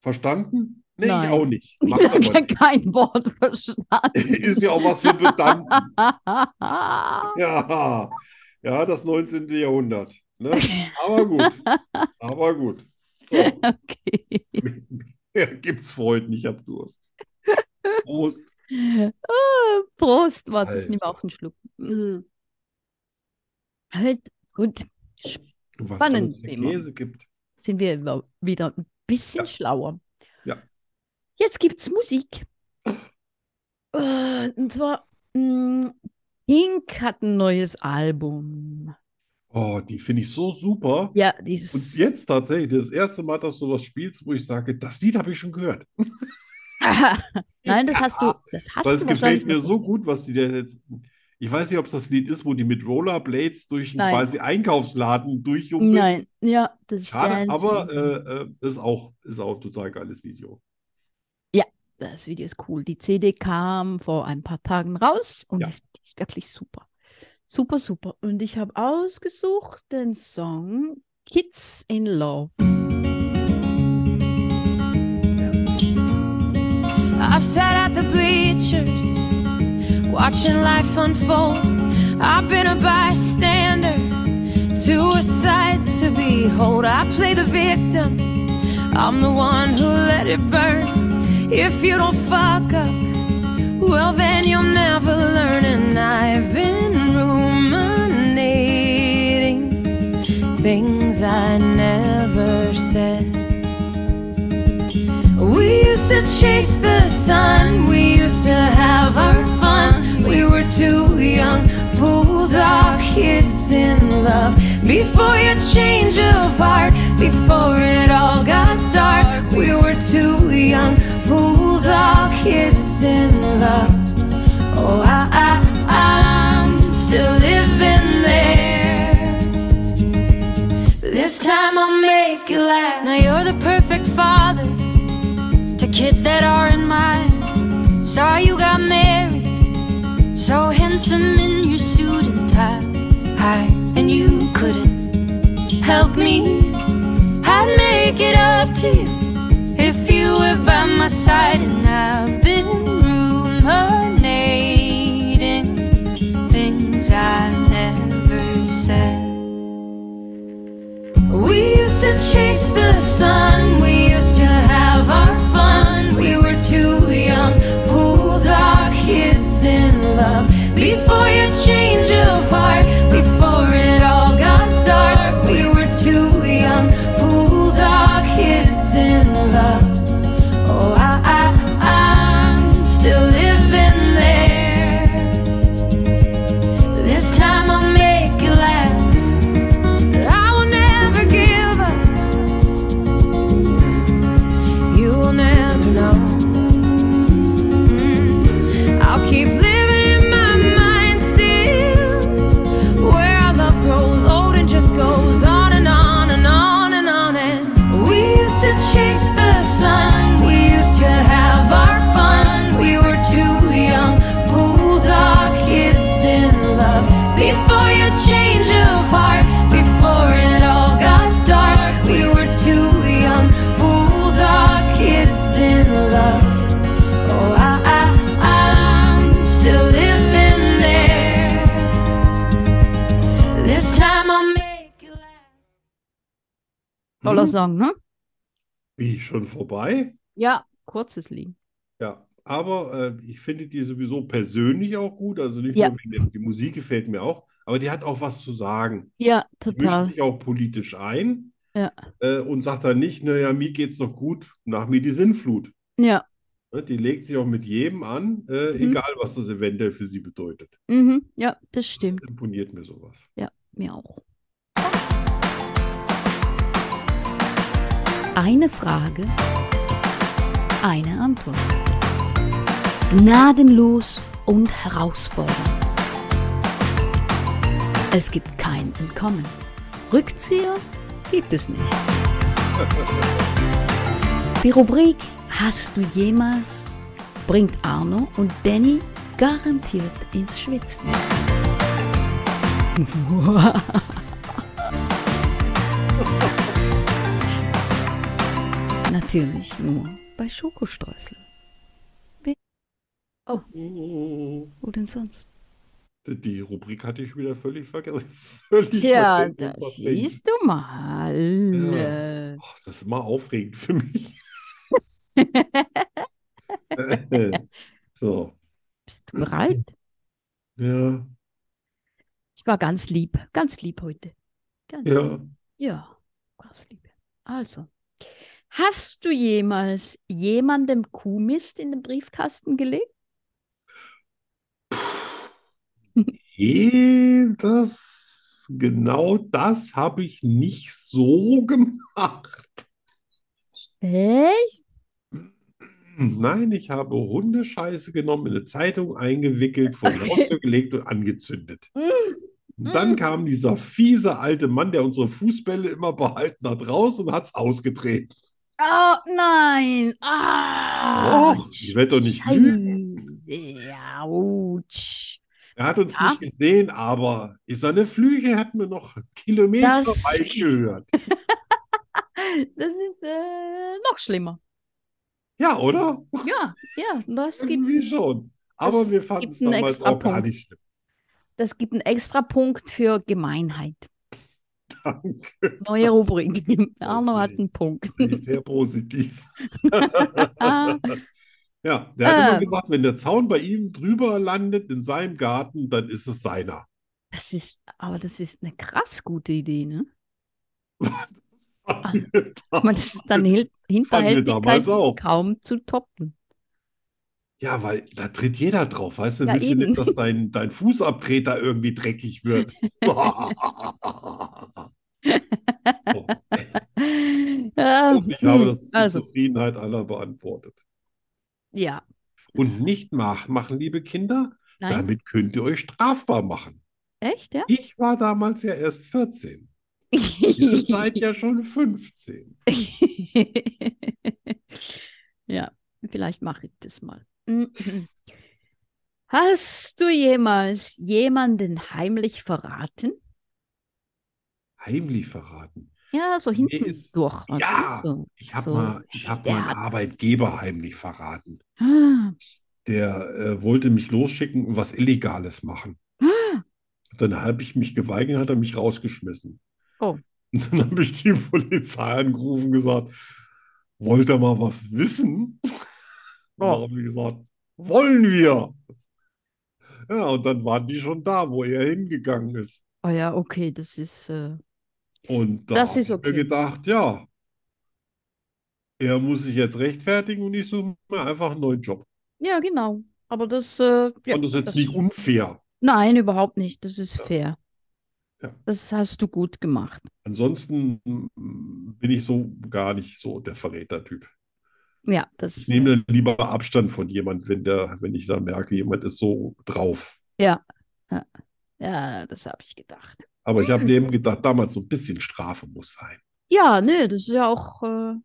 Verstanden? Nee, ich
Nein.
auch nicht. Macht
ich (laughs)
aber
habe
nichts.
kein Wort verstanden. (laughs)
Ist ja auch was für Pedanten.
ja,
Ja, ja, das 19. Jahrhundert. Ne? Aber gut, aber gut. So,
okay.
mehr gibt's für heute nicht, ich hab Durst. Prost.
Ah, Prost, warte, ich nehme
Alter.
auch einen Schluck. Mm. Halt, gut,
Was
Spannend,
alles für
Thema.
Käse gibt.
sind wir immer wieder ein bisschen
Ja.
schlauer.
Ja.
Jetzt gibt's Musik. Äh, Und zwar, mh, Pink hat ein neues Album.
Oh, die finde ich so super.
Ja,
Und
dieses.
jetzt tatsächlich, das erste Mal, dass du was spielst, wo ich sage, das Lied habe ich schon gehört.
(laughs) Nein, das hast du, das hast
Weil
du
es
wahrscheinlich
gefällt mir
noch
so gut, was die da jetzt. Ich weiß nicht, ob es das Lied ist, wo die mit Rollerblades durch einen
Nein.
quasi Einkaufsladen durchhumpeln.
Nein, ja, das ist
Schade,
ganz-
aber äh, äh, ist auch, ist auch ein total geiles Video.
das Video ist cool. Die CD kam vor ein paar Tagen raus und
Ja.
ist, ist wirklich super. Super, super. Und ich habe ausgesucht den Song Kids in Love.
I've sat at the bleachers, watching life unfold. I've been a bystander to a sight to behold. I play the victim, I'm the one who let it burn. If you don't fuck up, well, then you'll never learn. And I've been ruminating things I never said. We used to chase the sun, we used to have our fun. We were too young, fools are kids in love. Before your change of heart, before it all got dark, we were too young, fools are kids in love. Oh, I, I, I'm still living there. But This time I'll make it last.
Now you're the perfect father to kids that aren't mine. Saw you got married, so handsome in your suit and tie. Hi, and you couldn't help me. I'd make it up to you if you were by my side. And I've been ruminating things I never said.
We used to chase the sun, we used to have our fun. We were too young, fools are kids in love. Before your change of heart, before it all got dark, we were too young, fools are kids in love. Oh, I, I, I'm still living there. This time I'll make it last. I will never give up. Oh,
Mhm.
toller Song, ne?
Wie, schon vorbei?
Ja, kurzes Lied.
Ja, aber äh, ich finde die sowieso persönlich auch gut. Also nicht
Ja.
nur wegen der, die Musik gefällt mir auch, aber die hat auch was zu sagen.
Ja,
Die mischt
total.
sich auch politisch ein
Ja.
äh, und sagt dann nicht, naja, mir geht's noch gut, nach mir die Sinnflut.
Ja.
Ne, Die legt sich auch mit jedem an, äh,
Mhm.
egal was das eventuell für sie bedeutet.
Mhm. Ja, das
Das
stimmt.
imponiert mir sowas.
Mir auch.
Eine Frage, eine Antwort. Gnadenlos und herausfordernd. Es gibt kein Entkommen. Rückzieher gibt es nicht. Die Rubrik Hast du jemals bringt Arno und Danny garantiert ins Schwitzen. (laughs) Natürlich nur bei Schokostreuseln. Wo denn sonst?
Die Rubrik hatte ich wieder völlig vergessen. (laughs) Völlig
Ja,
vergessen,
das
was denn-
siehst du mal.
Ach, das ist mal aufregend
(laughs)
für mich. (laughs) So,
Bist du bereit?
ja,
Ich war ganz lieb, ganz lieb heute. Ganz lieb.
ja.
Ja, ganz lieb. Also, hast du jemals jemandem Kuhmist in den Briefkasten gelegt?
Eh, Das, genau das habe ich nicht so (laughs) gemacht.
Echt?
Nein, ich habe Hundescheiße genommen, in eine Zeitung eingewickelt, vor die
(laughs)
Haustür gelegt und angezündet.
Mm.
Und dann kam dieser fiese alte Mann, der unsere Fußbälle immer behalten hat, raus und hat es ausgetreten.
Oh nein! Ah!
Och, ich werde doch nicht lügen.
Scheiße, Autsch.
Er hat uns
Ja.
nicht gesehen, aber ist seine Flüche hat mir noch Kilometer
Das-
weit gehört.
Das ist äh, noch schlimmer.
Ja, oder?
Ja, ja,
(laughs)
das gibt,
Irgendwie schon. Aber
es
wir fanden es
gibt einen
damals
extra
auch gar
Punkt.
nicht schlimm.
das gibt einen extra Punkt für Gemeinheit.
Danke.
Neue
(laughs)
Rubrik. Arno hat
nicht-
einen Punkt.
Sehe ich
(laughs)
sehr positiv.
Ah,
Ja, der hat immer
Ähm.
gesagt, wenn der Zaun bei ihm drüber landet in seinem Garten, dann ist es seiner.
das ist, aber das ist eine krass gute Idee,
(laughs)
ne? Ah.
Fand mir
Man, das ist dann
damals-
Hil- Hinterhältigkeit
damals auch.
kaum zu toppen.
(laughs) Ja, weil da tritt jeder drauf, weißt du?
Ja,
Willst du
eben.
nicht, dass dein, dein Fußabtreter irgendwie dreckig
(laughs)
wird? (laughs) so,
Ah,
ich habe das zur
also,
Zufriedenheit aller beantwortet.
ja,
Und nicht nachmachen, liebe Kinder,
nein,
damit könnt ihr euch strafbar machen.
echt, ja?
Ich war damals ja erst 14.
(laughs)
Ihr seid ja schon 15.
(laughs) Ja, vielleicht mache ich das mal. (clears throat) Mhm. Hast du jemals jemanden heimlich verraten?
Heimlich verraten.
Ja, so
Mir
hinten
ist-
durch. weißt du,
Ja! (gasps)
so.
Ich habe
So,
mal, ich hab
der
mal einen
hat-
Arbeitgeber heimlich verraten.
Ah,
Der äh, wollte mich losschicken und was Illegales machen.
ah,
Dann habe ich mich geweigert, hat er mich rausgeschmissen.
Oh.
Und dann habe ich die Polizei angerufen und gesagt, wollt ihr mal
(laughs)
was wissen? Und dann haben die gesagt, wollen wir. Ja, und dann waren die schon da, wo er hingegangen ist.
oh ja, okay, das ist. Äh,
Und da
Das
habe
ist
ich mir
okay.
gedacht, ja, er muss sich jetzt rechtfertigen und ich suche mir einfach einen neuen Job.
ja, genau. Aber das. Äh,
Ich
ja,
fand das jetzt
das-
nicht unfair.
Nein, überhaupt nicht. Das ist fair.
Ja.
Das hast du gut gemacht.
Ansonsten mm, bin ich so gar nicht so der Verrätertyp.
Ja, das.
Ich nehme dann lieber Abstand von jemand, wenn der, wenn ich da merke, jemand ist so drauf.
Ja, das habe ich gedacht.
Aber ich habe mir eben gedacht, damals so ein bisschen Strafe muss sein.
Ja, nee, das ist ja auch äh,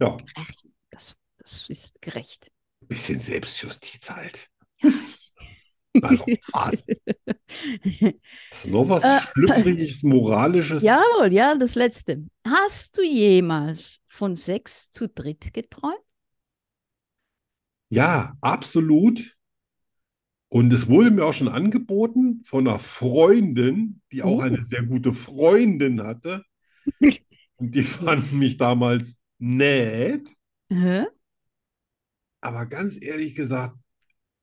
Ja,
gerecht. Das, das ist gerecht.
ein bisschen Selbstjustiz halt. Also
(laughs)
fast. Hast du noch was
Äh,
Schlüpfriges, Moralisches?
Jawohl, ja, das letzte. Hast du jemals von Sex zu dritt geträumt?
Ja, absolut. Und es wurde mir auch schon angeboten von einer Freundin, die auch
Oh. (laughs)
eine sehr gute Freundin hatte, Und die fanden mich damals nett.
Hä?
Aber ganz ehrlich gesagt,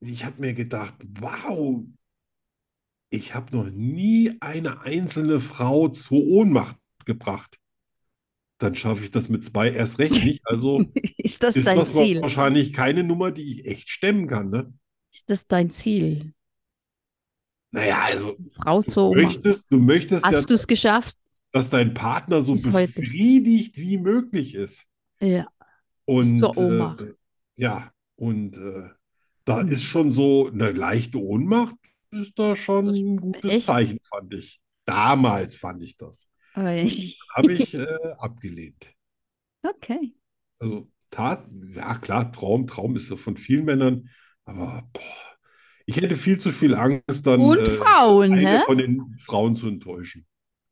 ich habe mir gedacht, wow, ich habe noch nie eine einzelne Frau zur Ohnmacht gebracht. Dann schaffe ich das mit zwei erst recht nicht. Also
(laughs) Ist das
ist
dein
das
Ziel?
wahrscheinlich keine Nummer, die ich echt stemmen kann. Ne?
Ist das dein Ziel?
Naja, also
Frau
du
zu umarmen?
möchtest, du möchtest ja,
Hast du es geschafft?
dass dein Partner so
Bis heute.
befriedigt wie möglich ist.
Ja.
Und
zur
äh,
Ohnmacht.
ja, und äh, da
Hm.
ist schon so eine leichte Ohnmacht, ist da schon
Das
ein gutes
echt?
Zeichen, fand ich. Damals fand ich das.
(laughs) Okay.
Habe
(laughs)
ich äh, abgelehnt. Also Tat, ja klar, Traum, Traum ist ja von vielen Männern, aber boah, ich hätte viel zu viel Angst, dann
Und
äh,
Frauen,
eine
hä?
von den Frauen zu enttäuschen.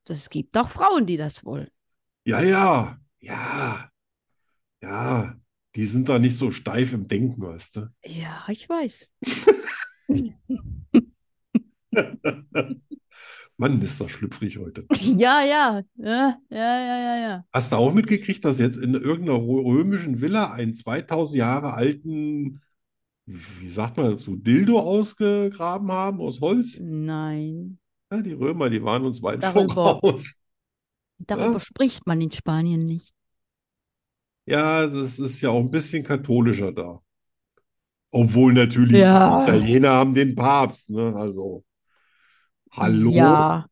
Es gibt auch Frauen, die das wollen.
Ja, ja, ja, ja, die sind da nicht so steif im Denken, weißt du?
Ja, ich weiß. (laughs)
Mann, ist das schlüpfrig heute.
Ja, ja. Ja, ja, ja, ja, ja.
Hast du auch mitgekriegt, dass jetzt in irgendeiner rö- römischen Villa einen 2000 Jahre alten, wie sagt man dazu, Dildo ausgegraben haben aus Holz?
Nein.
Ja, die Römer, die waren uns weit
Darüber-
voraus.
Darüber
Ja.
spricht man in Spanien nicht.
Ja, das ist ja auch ein bisschen katholischer da. Obwohl natürlich,
Ja.
die Italiener haben den Papst, ne? Also, hallo,
Ja,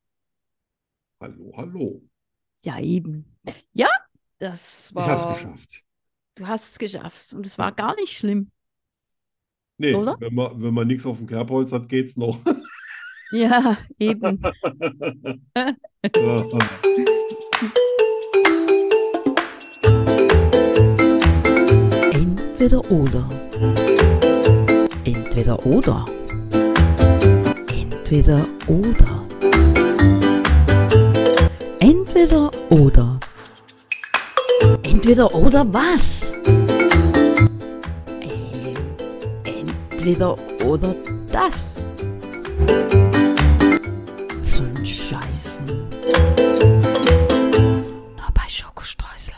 hallo, hallo.
ja, eben. Ja, das
Ich hab's
war.
geschafft.
Du hast es geschafft. Und es war gar nicht schlimm.
Nee,
Oder?
wenn man, wenn man nichts auf dem Kerbholz hat, geht's
(laughs)
noch.
Ja, eben. (laughs)
Ja.
Entweder oder. Entweder oder. Entweder oder. Entweder oder. Entweder oder was? Ähm, Entweder oder das. Zum Scheißen. Nur bei Schokostreusel.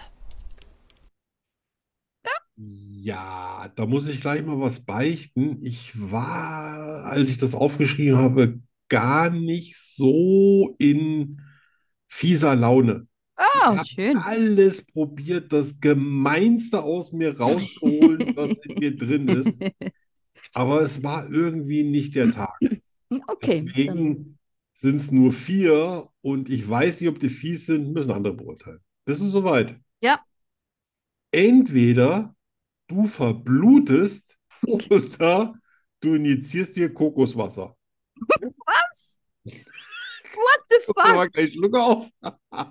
Ja, da muss ich gleich mal was beichten. Ich war, als ich das aufgeschrieben habe, gar nicht so in fieser Laune.
Oh,
hab
schön.
Alles probiert, das Gemeinste aus mir
(laughs)
rauszuholen, was in mir drin ist. Aber es war irgendwie nicht der Tag.
Hm, Okay. Dann,
Deswegen sind es nur vier und ich weiß nicht, ob die fies sind, müssen andere beurteilen. Bist du soweit?
Ja.
Entweder
(laughs)
du verblutest oder du injizierst dir Kokoswasser.
was? What the
Mach
fuck?
mal gleich Schluck auf.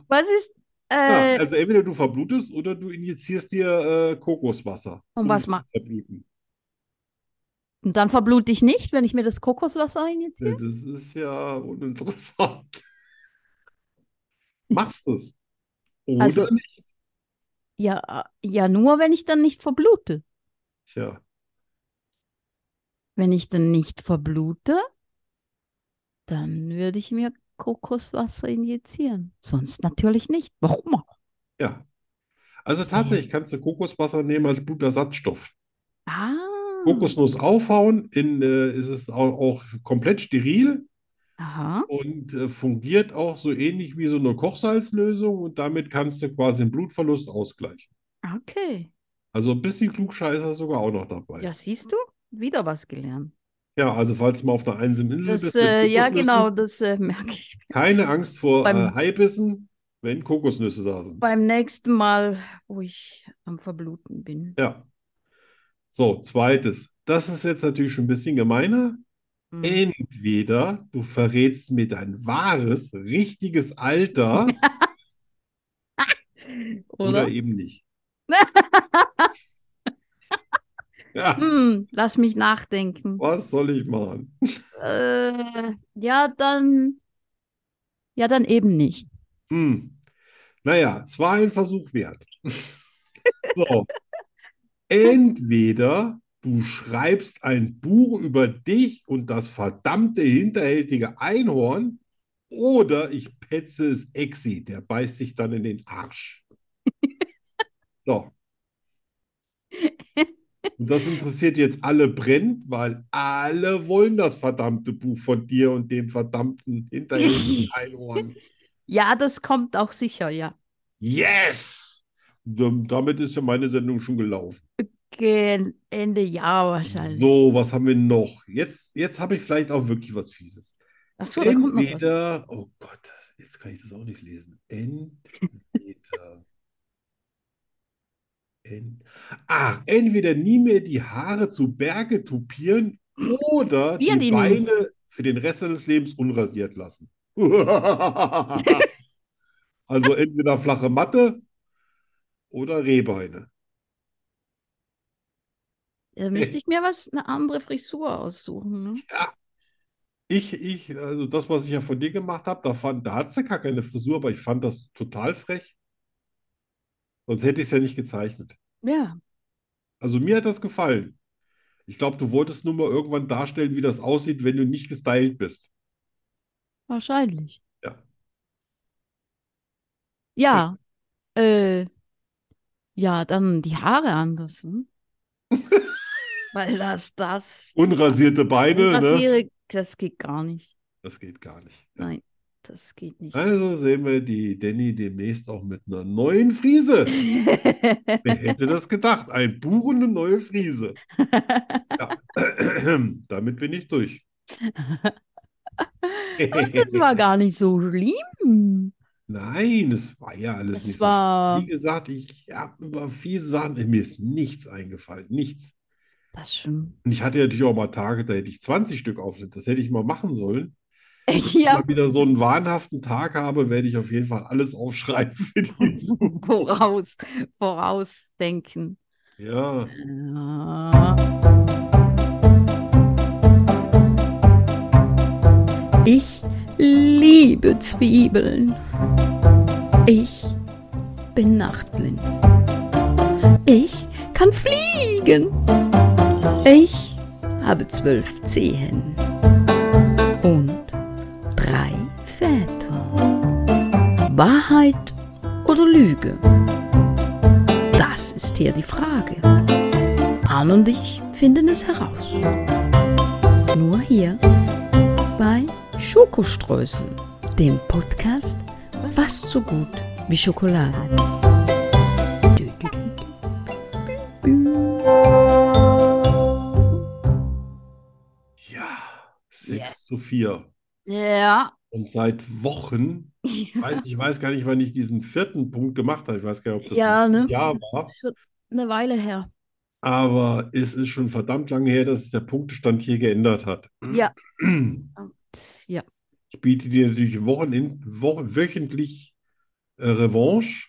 Was ist.
Ja,
Äh,
also entweder du verblutest oder du injizierst dir äh, Kokoswasser,
Und
um
was
dich zu
ma-
verbluten.
und dann verblute ich nicht, wenn ich mir das Kokoswasser einjeziehe?
Das ist ja uninteressant. (laughs) Machst es. Oder
Also-
nicht.
Ja, äh, ja, nur wenn ich dann nicht verblute.
Tja.
Wenn ich dann nicht verblute, dann würde ich mir Kokoswasser injizieren. Sonst natürlich nicht. Warum auch?
Ja. Also tatsächlich kannst du Kokoswasser nehmen als Blutersatzstoff.
Ah,
Kokosnuss aufhauen, in, äh, ist es auch, auch komplett steril
aha.
und äh, fungiert auch so ähnlich wie so eine Kochsalzlösung und damit kannst du quasi den Blutverlust ausgleichen.
Okay.
Also ein bisschen Klugscheißer sogar auch noch dabei.
Ja, siehst du? Wieder was gelernt.
Ja, also falls du mal auf einer einsamen Insel
Das,
bist mit
äh, ja,
Kokosnüssen,
genau, das äh, (laughs) merke ich.
keine Angst vor
Beim-
äh, Haibissen, wenn Kokosnüsse da sind.
Beim nächsten Mal, wo ich am Verbluten bin.
Ja. So, zweites. Das ist jetzt natürlich schon ein bisschen gemeiner.
Hm.
Entweder du verrätst mir dein wahres, richtiges Alter
(laughs) Oder? (laughs)
eben nicht. Ja,
Hm, lass mich nachdenken.
was soll ich machen?
Äh, ja, dann. Ja, dann eben nicht.
Hm. Naja, es war ein Versuch wert. So. Entweder du schreibst ein Buch über dich und das verdammte hinterhältige Einhorn, oder ich petze es Exi, der beißt dich dann in den Arsch. So. Und das interessiert jetzt alle brennend, weil alle wollen das verdammte Buch von dir und dem verdammten hinterhältigen Einhorn.
Ja, das kommt auch sicher, ja.
Yes! Dam- Damit ist ja meine Sendung schon gelaufen.
Gen Ende Jahr wahrscheinlich.
So, was haben wir noch? Jetzt, jetzt habe ich vielleicht auch wirklich was Fieses.
Achso, da kommt noch was.
Entweder, oh Gott, jetzt kann ich das auch nicht lesen. Entweder. (laughs) Ent, ach, entweder nie mehr die Haare zu Berge tupieren oder
Wir
die
die nie.
Beine für den Rest seines Lebens unrasiert
(laughs)
lassen. (laughs) Also entweder flache Matte oder Rehbeine.
Da Äh, müsste ich mir was, eine andere Frisur aussuchen. Ne?
Ich, ich, also das, was ich ja von dir gemacht habe, da fand, da hat sie gar keine Frisur, aber ich fand das total frech. Sonst hätte ich es ja nicht gezeichnet.
Ja.
Also mir hat das gefallen. Ich glaube, du wolltest nur mal irgendwann darstellen, wie das aussieht, wenn du nicht gestylt bist.
Wahrscheinlich.
Ja.
Ja. Äh, ja, dann die Haare anders.
(laughs)
Hm? Weil das, das,
Unrasierte Beine, ne?
Rasiere, das geht gar nicht.
Das geht gar nicht. Ja.
Nein, das geht nicht.
Also sehen wir die Danny demnächst auch mit einer neuen Friese. Wer hätte das gedacht? Ein Buch und eine neue Friese. Ja. (clears throat) Damit bin ich durch.
(laughs) das war gar nicht so schlimm.
(laughs) Nein, es war ja alles
Das
nicht so
war-
schlimm. Wie gesagt, ich habe über viele Sachen, mir ist nichts eingefallen, nichts.
Das schon. (laughs)
Und ich hatte ja natürlich auch mal Tage, da hätte ich 20 Stück aufgeschrieben. Das hätte ich mal machen sollen. Wenn
Ja,
ich mal wieder so einen wahnhaften Tag habe, werde ich auf jeden Fall alles aufschreiben
(laughs)
für die Zukunft.
voraus, vorausdenken.
Ja,
Ja.
Ich liebe Zwiebeln. Ich bin nachtblind. Ich kann fliegen. Ich habe zwölf Zehen und drei Väter. Wahrheit oder Lüge? Das ist hier die Frage. Arne und ich finden es heraus. Nur hier bei Schokoströßen, dem Podcast fast so gut wie Schokolade. Dü, dü, dü.
ja, 6
Yes.
zu 4.
Ja.
Und seit Wochen, ich weiß, ich weiß gar nicht, wann ich diesen vierten Punkt gemacht habe. Ich weiß gar nicht, ob das
Ja,
letztes
ne?
Jahr
das
war.
ist schon eine Weile her.
Aber es ist schon verdammt lange her, dass sich der Punktestand hier geändert hat.
Ja. Ja.
Ich biete dir natürlich Wochen, wo, wöchentlich äh, Revanche.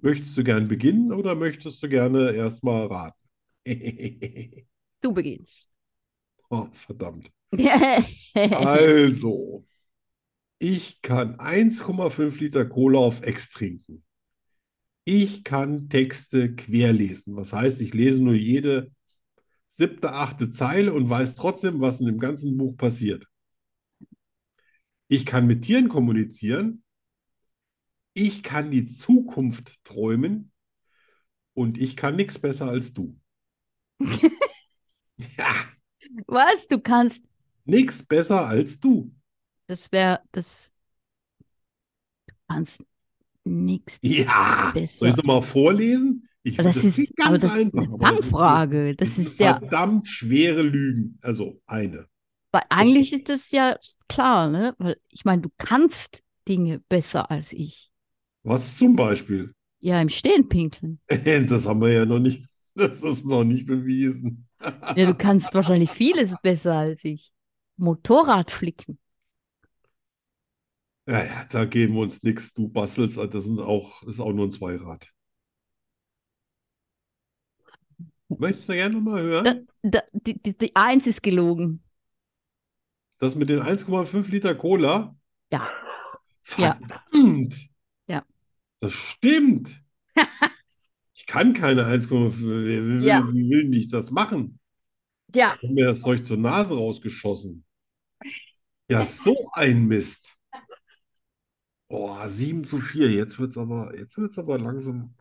Möchtest du gern beginnen oder möchtest du gerne erstmal raten?
Du beginnst.
(laughs)
(laughs)
Oh, verdammt. Also, ich kann 1,5 Liter Cola auf Ex trinken. Ich kann Texte querlesen. Was heißt, ich lese nur jede siebte, achte Zeile und weiß trotzdem, was in dem ganzen Buch passiert. Ich kann mit Tieren kommunizieren. Ich kann die Zukunft träumen. Und ich kann nichts besser als du. Ja,
Was? Du kannst.
nichts besser als du.
Das wäre das. Du kannst nichts.
Ja,
Besser.
soll ich es nochmal vorlesen? Ich,
Das ist,
klingt
aber
ganz
das ist
einfach,
eine
aber das halt ist-
Fangfrage. Das
sind
ist ja,
verdammt schwere Lügen. Also eine.
weil eigentlich ist das ja klar, ne? Weil ich meine, du kannst Dinge besser als ich.
Was zum Beispiel? (laughs)
Ja, im Stehen pinkeln.
Das haben wir ja noch nicht, das ist noch nicht bewiesen.
Ja, du kannst wahrscheinlich vieles besser als ich. Motorrad flicken.
Naja, da geben wir uns nichts. Du bastelst, das sind auch, ist auch nur ein Zweirad. Möchtest du gerne nochmal hören?
Da, da, die, die, die Eins ist gelogen.
Das mit den 1,5 Liter Cola?
Ja. Ja.
Verdammt!
Ja. (laughs)
Das stimmt. Ich kann keine 1,5. Wie will,
Ja.
wie will ich das machen?
Ja.
Ich habe mir das Zeug zur Nase rausgeschossen. Ja, so ein Mist.
(laughs)
Oh, 7 zu 4. Jetzt wird es aber, jetzt wird's aber langsam.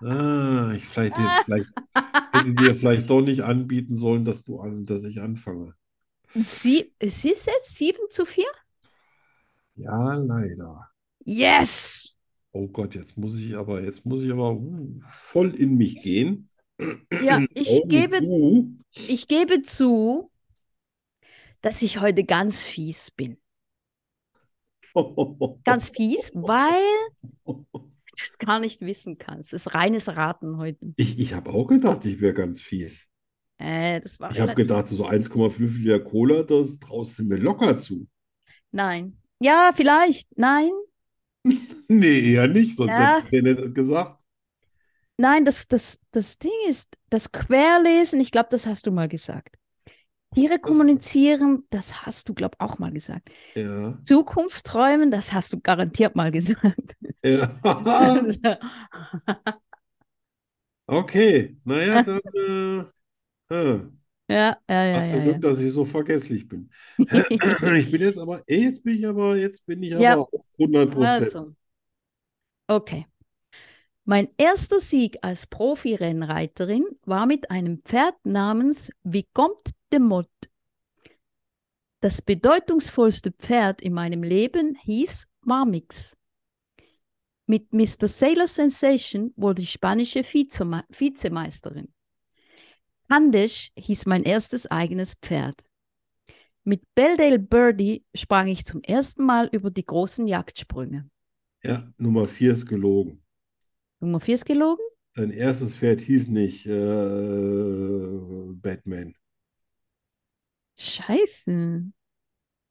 Ah, ich vielleicht, vielleicht hätte dir vielleicht doch nicht anbieten sollen, dass du an, dass ich anfange.
Sie, siehst du es? 7 zu 4?
Ja, leider.
Yes!
Oh Gott, jetzt muss ich aber, jetzt muss ich aber uh, voll in mich gehen. (clears throat)
Ja, ich
Augen
gebe,
zu.
ich gebe zu, dass ich heute ganz fies bin. (laughs) Ganz fies, weil du es gar nicht wissen kannst. Es ist reines Raten heute.
Ich, ich habe auch gedacht, ich wäre ganz fies.
Äh, das war
Ich habe
relativ-
gedacht, so 1,5 Liter Cola, das traust du mir locker zu.
Nein. Ja, vielleicht. Nein.
Nee, eher nicht, sonst
Ja.
hättest du dir nicht gesagt.
Nein, das, das, das Ding ist, das Querlesen, ich glaube, das hast du mal gesagt. Tiere kommunizieren, das hast du, glaube auch mal gesagt.
Ja.
Zukunft träumen, das hast du garantiert mal gesagt.
Ja. (laughs)
(laughs)
Okay, naja, dann. Äh, hm.
Ja, ja, ja,
Hast du
ja,
Glück,
ja.
dass ich so vergesslich bin. (clears throat) Ich bin jetzt aber, ey, jetzt bin ich aber, jetzt bin ich
Ja.
aber auf 100 Prozent.
Also, okay. Mein erster Sieg als Profi-Rennreiterin war mit einem Pferd namens Vicomte de Motte. Das bedeutungsvollste Pferd in meinem Leben hieß Marmix. Mit Mr. Sailor Sensation wurde ich spanische Vizeme Vizemeisterin. Andes hieß mein erstes eigenes Pferd. Mit Beldale Birdie sprang ich zum ersten Mal über die großen Jagdsprünge.
Ja, Nummer 4 ist gelogen.
Nummer 4 ist gelogen?
Dein erstes Pferd hieß nicht äh, Batman.
Scheiße.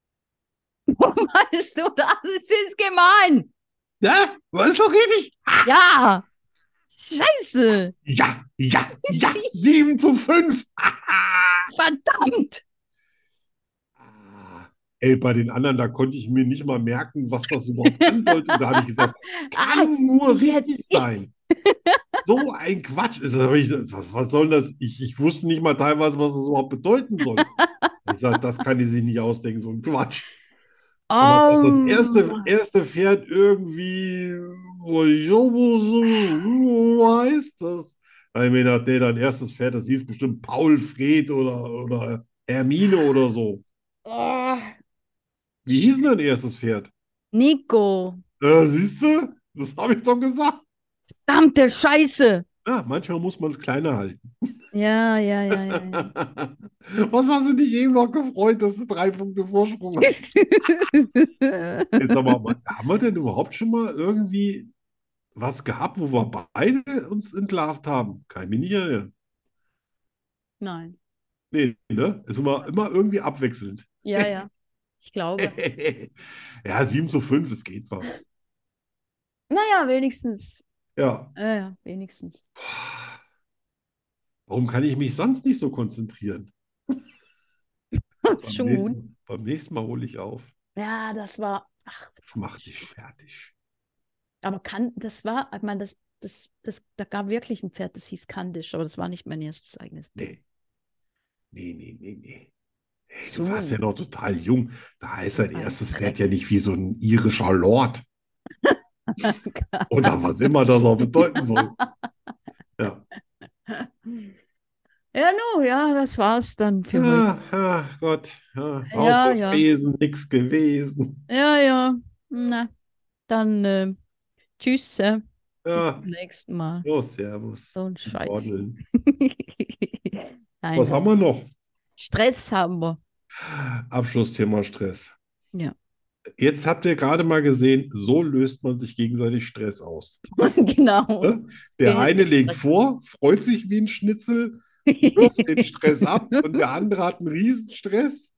(laughs) Warum weißt du das? Das ist gemein.
Ja, war es doch richtig?
Ja. Scheiße.
Ja, ja,
Ist
ja,
richtig.
7 zu 5.
Verdammt.
(laughs) Ey, bei den anderen, da konnte ich mir nicht mal merken, was das überhaupt
(laughs)
andeutet. Und da habe ich gesagt, kann nur
ich hätte-
richtig sein. So ein Quatsch. Ist das, hab ich, was, was soll das? Ich, ich wusste nicht mal teilweise, was das überhaupt bedeuten soll. Ich sage, das kann die sich nicht ausdenken, so ein Quatsch. Aber dass
Ähm.
das erste, erste Pferd irgendwie Jobosu heißt, das. Da hab ich mir gedacht, nee, dein erstes Pferd, das hieß bestimmt Paul Fred oder, oder Hermine oder so.
Oh,
Wie hieß denn dein erstes Pferd?
Nico.
Äh, siehst du? Das habe ich doch gesagt.
Verdammte Scheiße.
Ja, manchmal muss man es kleiner halten. (laughs)
Ja, ja, ja, ja. ja.
Was hast du dich eben noch gefreut, dass du drei Punkte Vorsprung
(laughs)
hast? (laughs) Jetzt sag mal, haben wir denn überhaupt schon mal irgendwie was gehabt, wo wir beide uns entlarvt haben? Kein Mini.
Nein.
Nee, ne? Ist immer, immer irgendwie abwechselnd. (laughs)
Ja, ja. Ich glaube.
Ja, 7 zu 5, es geht was.
Naja, wenigstens.
Ja.
Ja, ja, wenigstens.
Warum kann ich mich sonst nicht so konzentrieren?
Das
Beim
ist schon gut.
nächsten, beim nächsten Mal hole ich auf.
Ja, das war. Ach,
Ich mach dich fertig.
aber kann, das war, ich meine, das, das, das, da gab wirklich ein Pferd, das hieß Kandisch, aber das war nicht mein erstes eigenes.
Nee. Nee, nee, nee, nee. Hey,
So.
du warst ja noch total jung. Da heißt dein
Ein
erstes
Dreck.
Pferd ja nicht wie so ein
(laughs)
irischer Lord.
Oh
Oder was immer das auch
(laughs)
bedeuten soll. Ja.
Ja, no, ja, das war's dann für heute.
Ah, ah, Gott. Ja,
Ja, ja.
rausgewesen, nix gewesen.
Ja, ja. Na, dann ähm, tschüss, äh, bis
Ja.
zum nächsten Mal.
So, Ah, servus.
So ein Scheiß.
Bordeln.
(laughs) Nein,
Was haben wir noch?
Stress haben wir. (laughs)
Abschlussthema Stress.
Ja.
Jetzt habt ihr gerade mal gesehen, so löst man sich gegenseitig Stress aus.
Genau.
Ne? Der
Ja.
eine legt vor, freut sich wie ein Schnitzel, löst den Stress
(laughs)
ab und der andere hat einen Riesenstress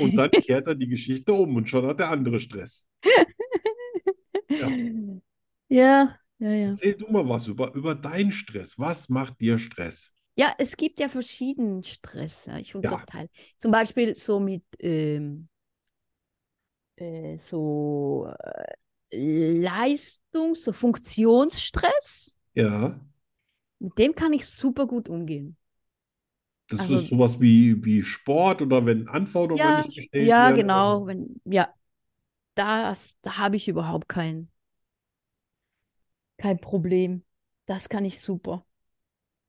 und dann kehrt er die Geschichte um und schon hat der andere Stress. Ja.
(laughs) Ja, ja, ja.
Erzähl du mal was über, über deinen Stress. Was macht dir Stress?
Ja, es gibt ja verschiedenen Stress. Ja. Ich unterteile. Zum Beispiel so mit ähm, äh, so äh, Leistungs- so Funktionsstress.
Ja,
Mit dem kann ich super gut umgehen.
das
Also-
ist sowas wie, wie Sport oder wenn Anforderungen
Ja,
nicht gestellt
ja,
werden.
genau. Wenn, ja, das, da habe ich überhaupt keinen kein Problem. Das kann ich super.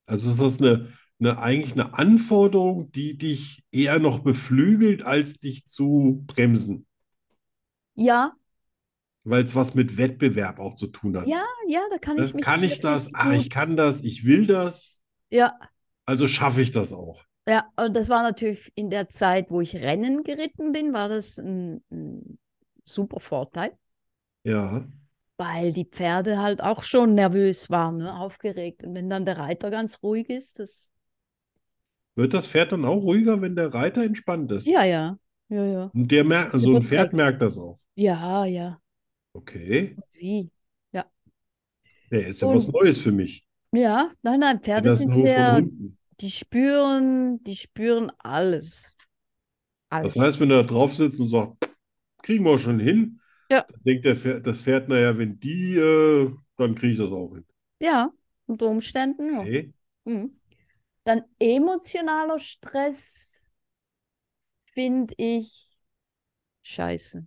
Also ist das eine, eine, eigentlich eine Anforderung, die dich eher noch beflügelt, als dich zu bremsen,
Ja,
weil es was mit Wettbewerb auch zu tun hat.
ja, ja, da kann
Ne?
ich mich
Kann ich
wirklich
das? Ah,
gut-
ich kann das, ich will das,
Ja,
also schaffe ich das auch.
ja, und das war natürlich in der Zeit, wo ich Rennen geritten bin, war das ein, ein super Vorteil,
Ja.
weil die Pferde halt auch schon nervös waren, ne, aufgeregt. Und wenn dann der Reiter ganz ruhig ist, das,
Wird das Pferd dann auch ruhiger, wenn der Reiter entspannt ist?
ja, ja, ja, ja,
Und der merkt, also ein
Überträgt.
Pferd merkt das auch.
ja, ja,
Okay.
wie?
Ja, ist ja
Und-
was Neues für mich.
Ja, nein, nein,
Wenn
Pferde
das ein
sind
Hof von
sehr,
Hunden.
die spüren, die spüren alles.
Das
Alles.
heißt, wenn er da drauf sitzt und sagt, kriegen wir schon hin,
Ja.
dann denkt der Pferd, das Pferd, naja, wenn die, äh, dann kriege ich das auch hin.
Ja, unter Umständen, ja.
Okay.
Mhm. Dann emotionaler Stress finde ich scheiße.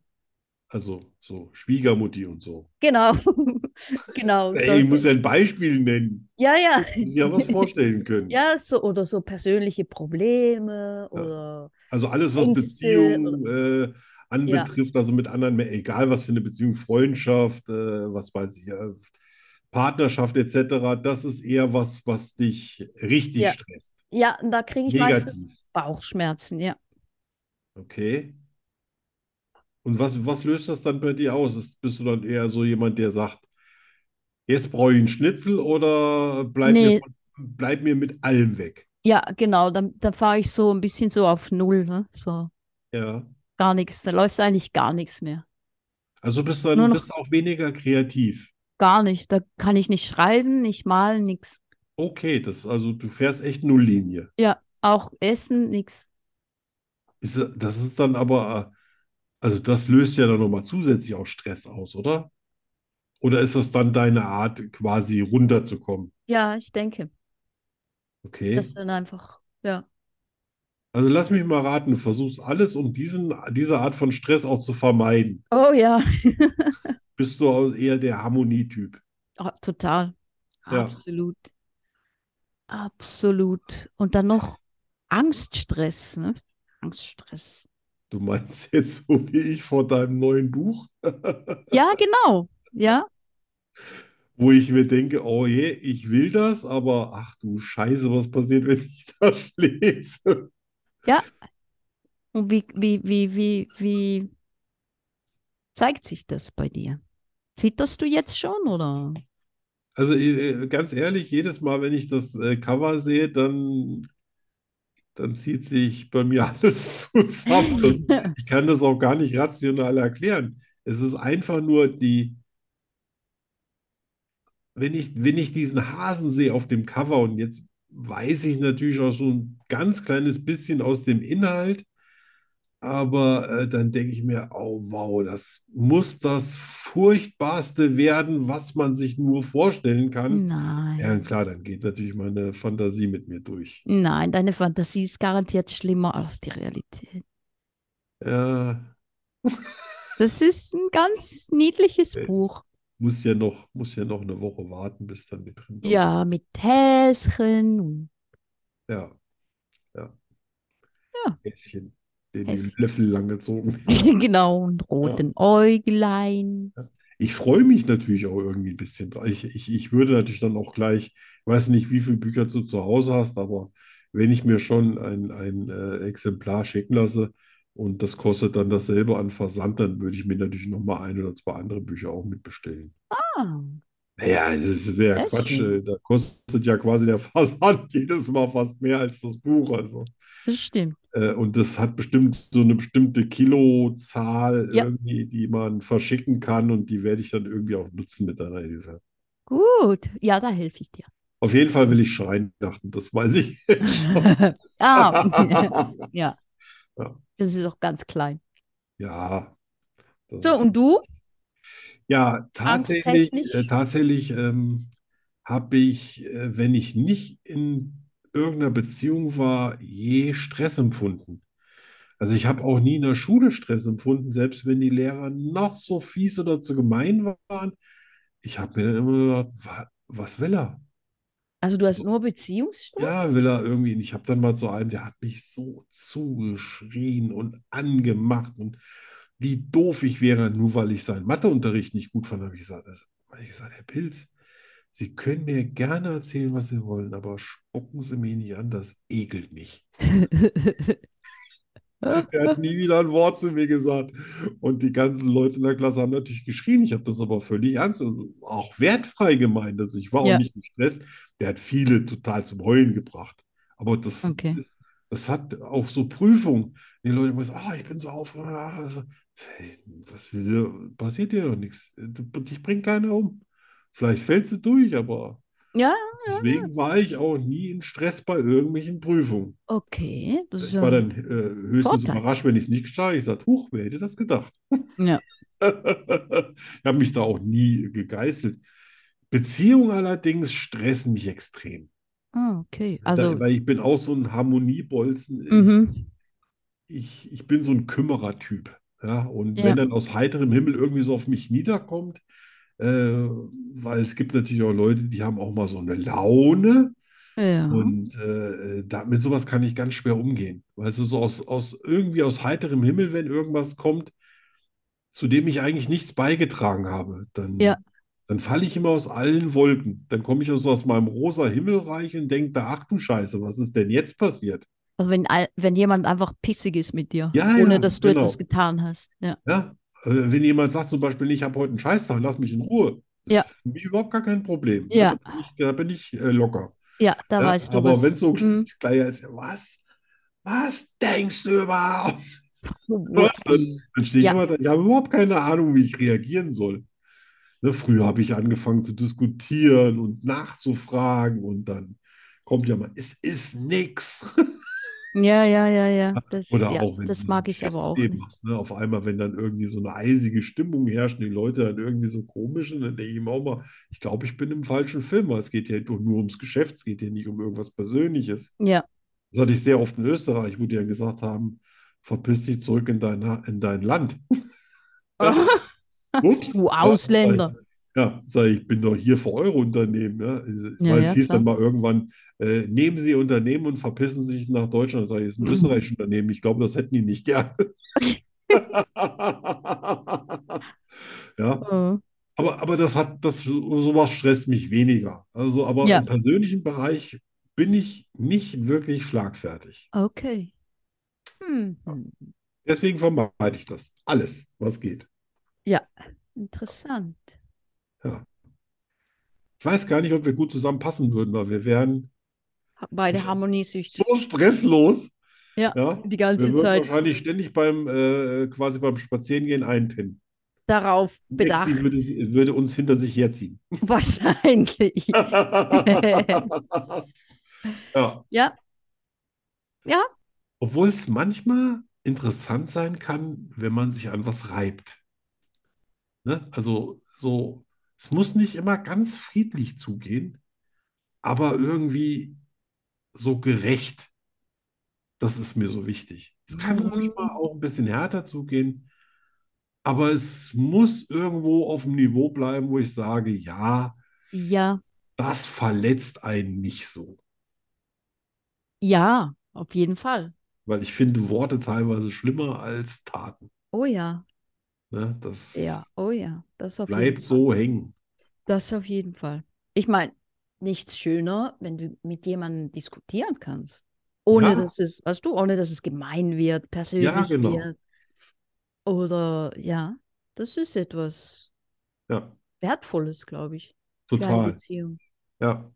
Also so Schwiegermutti und so.
Genau, (laughs) genau.
Ey, ich muss Hm.
solche-
ja ein Beispiel nennen.
ja, ja,
Ich
(laughs)
muss ja was vorstellen können.
ja, so oder so persönliche Probleme
Ja.
oder
Also alles, was
Ängste
Beziehungen äh, anbetrifft, also mit anderen, egal was für eine Beziehung, Freundschaft, äh, was weiß ich, äh, Partnerschaft etc., das ist eher was, was dich richtig
Ja.
stresst.
ja, und da kriege ich meistens
Negativ.
Bauchschmerzen, ja.
Okay. Und was, was löst das dann bei dir aus? Ist, bist du dann eher so jemand, der sagt, jetzt brauche ich einen Schnitzel oder bleib mir
Nee.
von, bleib mir mit allem weg?
Ja, genau, dann, dann fahre ich so ein bisschen so auf Null, ne? So
Ja.
gar nichts, da läuft eigentlich gar nichts mehr.
Also bist dann
Nur noch-
bist auch weniger kreativ.
Gar nicht, da kann ich nicht schreiben, nicht malen, nichts.
Okay, das, also du fährst echt Nulllinie.
Ja, auch essen, nichts.
Ist, das ist dann aber, äh, also das löst ja dann nochmal zusätzlich auch Stress aus, oder? Oder ist das dann deine Art, quasi runterzukommen?
Ja, ich
Hm.
denke,
Okay.
das dann einfach, ja.
Also lass mich mal raten, du versuchst alles, um diesen, diese Art von Stress auch zu vermeiden.
Oh ja,
Bist du auch eher der Harmonietyp?
Ah, total.
Ja.
Absolut. Absolut. Und dann noch Angststress, ne? Angststress.
Du meinst (laughs) jetzt so wie ich vor deinem neuen Buch, Äh,
Ja, genau. Ja,
wo ich mir denke, oh je, ich will das, aber ach du Scheiße, was passiert, (laughs) wenn ich das lese?
und wie, wie, wie, wie, wie zeigt sich das bei dir? Zitterst du jetzt schon, oder?
Also äh, ganz ehrlich, jedes Mal, wenn ich das äh, Cover sehe, dann, dann zieht sich bei mir (laughs) alles zusammen. Das, ich kann das auch gar nicht rational erklären. Es ist einfach nur die, wenn ich, wenn ich diesen Hasen sehe auf dem Cover und jetzt weiß ich natürlich auch so ein ganz kleines bisschen aus dem Inhalt, aber äh, dann denke ich mir, oh wow, das muss das Furchtbarste werden, was man sich nur vorstellen
Mhm.
kann. Ja,
(laughs) Nein.
und klar, dann geht natürlich meine Fantasie mit mir durch.
Nein, deine Fantasie ist garantiert schlimmer als die Realität.
Ja,
Das ist ein ganz niedliches
Äh,
Buch.
muss ja noch, muss ja noch eine Woche warten, bis dann die Print rauskommt.
Ja, mit Häschen und
Ja, ja.
Ja.
Häschen, den die
Häschen.
Löffel langgezogen.
(laughs) Genau, und roten Äuglein.
Ich freue mich natürlich auch irgendwie ein bisschen drauf. Ich, ich, ich würde natürlich dann auch gleich, ich weiß nicht, wie viele Bücher du zu Hause hast, aber wenn ich mir schon ein, ein äh, Exemplar schicken lasse und das kostet dann dasselbe an Versand, dann würde ich mir natürlich nochmal ein oder zwei andere Bücher auch mitbestellen.
Ah,
Naja, also es wäre
Sehr
Quatsch.
schön.
äh, Da kostet ja quasi der Versand (laughs) jedes Mal fast mehr als das Buch. Also.
das stimmt.
Äh, Und das hat bestimmt so eine bestimmte Kilozahl
Ja.
irgendwie, die man verschicken kann und die werde ich dann irgendwie auch nutzen mit deiner Hilfe.
Gut, ja, da helfe
(laughs)
ich dir.
Auf jeden Fall will ich schreien, dachten, das weiß ich jetzt schon.
Ah, (laughs) ja.
Ja.
Das ist auch ganz klein.
(laughs) Ja. das
So,
ist-
und du?
Ja, tatsächlich,
angsttechnisch?
äh, tatsächlich ähm, habe ich, äh, wenn ich nicht in irgendeiner Beziehung war, je Stress empfunden. Also ich habe auch nie in der Schule Stress empfunden, selbst wenn die Lehrer noch so fies oder zu gemein waren. ich habe mir dann immer gedacht, wa- was will er?
Also du hast nur
(laughs)
Beziehungsstreit?
Ja, will er irgendwie. Und ich habe dann mal zu einem, der hat mich so zugeschrien und angemacht und wie doof ich wäre, nur weil ich seinen Matheunterricht nicht gut fand, habe ich gesagt, das, hab ich gesagt, Herr Pilz, Sie können mir gerne erzählen, was Sie wollen, aber spucken Sie mich nicht an, das ekelt mich. Er hat nie wieder ein Wort zu mir gesagt. Und die ganzen Leute in der Klasse haben natürlich geschrien. Ich habe das aber völlig ernst und auch wertfrei gemeint. Also ich war auch
Ja.
nicht gestresst. Der hat viele total zum Heulen gebracht. Aber das,
Okay.
ist, das hat auch so Prüfung. Die Leute haben gesagt, ah, ich bin so aufgeregt. Ah, Hey, was will dir? Passiert dir doch nichts. Du- Dich bringt keiner um. Vielleicht fällst du durch, aber
Ja,
deswegen war ich auch nie in Stress bei irgendwelchen Prüfungen.
Okay, das ist
Ich
ja-
war dann äh, höchstens
Vorteil.
überrascht, wenn ich es nicht geschah. Ich sagte, huch, wer hätte das gedacht? (laughs)
Ja.
Ich habe mich da auch nie gegeißelt. Beziehungen allerdings stressen mich extrem.
Ah, okay.
Da-
Also,
Weil ich bin auch so ein Harmoniebolzen. Ich-
mhm.
ich, ich bin so ein Kümmerertyp. Ja? Und
Ja.
wenn dann aus heiterem Himmel irgendwie so auf mich niederkommt, äh, weil es gibt natürlich auch Leute, die haben auch mal so eine Laune.
Ja.
Und äh, da, mit sowas kann ich ganz schwer umgehen. Weißt du, so aus, aus irgendwie aus heiterem Himmel, wenn irgendwas kommt, zu dem ich eigentlich nichts beigetragen habe, dann,
Ja.
dann falle ich immer aus allen Wolken. Dann komme ich also aus meinem rosa Himmelreich und denke da, ach du Scheiße, was ist denn jetzt passiert?
Also wenn, all- wenn jemand einfach pissig ist mit dir,
Ja,
ohne
ja,
dass du etwas
genau.
getan hast. Ja.
Ja, äh, wenn jemand sagt zum Beispiel, ich habe heute einen Scheißtag, lass mich in Ruhe.
Ja.
Das ist für mich überhaupt gar kein Problem.
Ja.
Da bin ich, da bin ich äh, locker.
Ja, da
Ja,
weißt du
aber
was.
wenn es so
mm,
gleich ist, ja, was? Was denkst du überhaupt? Was denn? Dann stehe ich
Ja.
immer da, ich habe überhaupt keine Ahnung, wie ich reagieren soll. Ne, früher habe ich angefangen zu diskutieren und nachzufragen und dann kommt ja mal, es ist nix. (laughs)
Ja, ja, ja, ja. Das,
Oder
ja,
auch wenn
das
du
mag
so
ich aber auch
Chefs eben
nicht.
hast, ne? Auf einmal, wenn dann irgendwie so eine eisige Stimmung herrscht und die Leute dann irgendwie so komisch sind, dann denke ich mir auch mal, ich glaube, ich bin im falschen Film, weil es geht ja doch nur ums Geschäft, es geht ja nicht um irgendwas Persönliches.
Ja,
Das hatte ich sehr oft in Österreich, wo die dann gesagt haben, verpiss dich zurück in dein, in dein Land. (laughs) Ups.
du Ausländer.
Ja, sage ich, ich bin doch hier für eure Unternehmen. Ja.
Ja,
Weil
ja,
es hieß
klar.
dann mal irgendwann, äh, nehmen Sie Unternehmen und verpissen Sie sich nach Deutschland. Sage ich, es
Mhm.
ist ein österreichisches Unternehmen. Ich glaube, das hätten die
(laughs)
nicht gern. Ja,
Oh.
aber, aber das hat, das, sowas stresst mich weniger. Also, aber
Ja.
im persönlichen Bereich bin ich nicht wirklich schlagfertig.
Okay. Hm, hm.
Deswegen vermeide ich das. Alles, was geht.
Interessant.
Ich weiß gar nicht, ob wir gut zusammenpassen würden, weil wir wären
Ha- Beide
So-
harmoniesüchtig
so stresslos.
Ja.
ja.
die
Wir
ganze
würden
Zeit
wahrscheinlich ständig beim äh, quasi beim Spazierengehen einpinnen.
darauf bedacht.
Lexi würde, würde uns hinter sich herziehen.
(laughs) Wahrscheinlich.
Ja.
Ja. Ja.
Obwohl es manchmal interessant sein kann, wenn man sich an was reibt. Ne? Also so, es muss nicht immer ganz friedlich zugehen, aber irgendwie so gerecht. Das ist mir so wichtig. Es kann
Mhm.
ruhig mal auch ein bisschen härter zugehen, aber es muss irgendwo auf dem Niveau bleiben, wo ich sage, ja,
Ja,
das verletzt einen nicht so.
ja, auf jeden Fall.
Weil ich finde Worte teilweise schlimmer als Taten.
Oh ja,
Ne? Das
ja, oh ja. Das auf jeden
bleibt
Fall.
so hängen.
Das auf jeden Fall. Ich meine, nichts schöner, wenn du mit jemandem diskutieren kannst. Ohne
Ja.
dass es, weißt du, ohne dass es gemein wird, persönlich
genau.
wird. Oder ja, das ist etwas
Ja,
Wertvolles, glaube ich, für eine
total.
Beziehung.
Ja.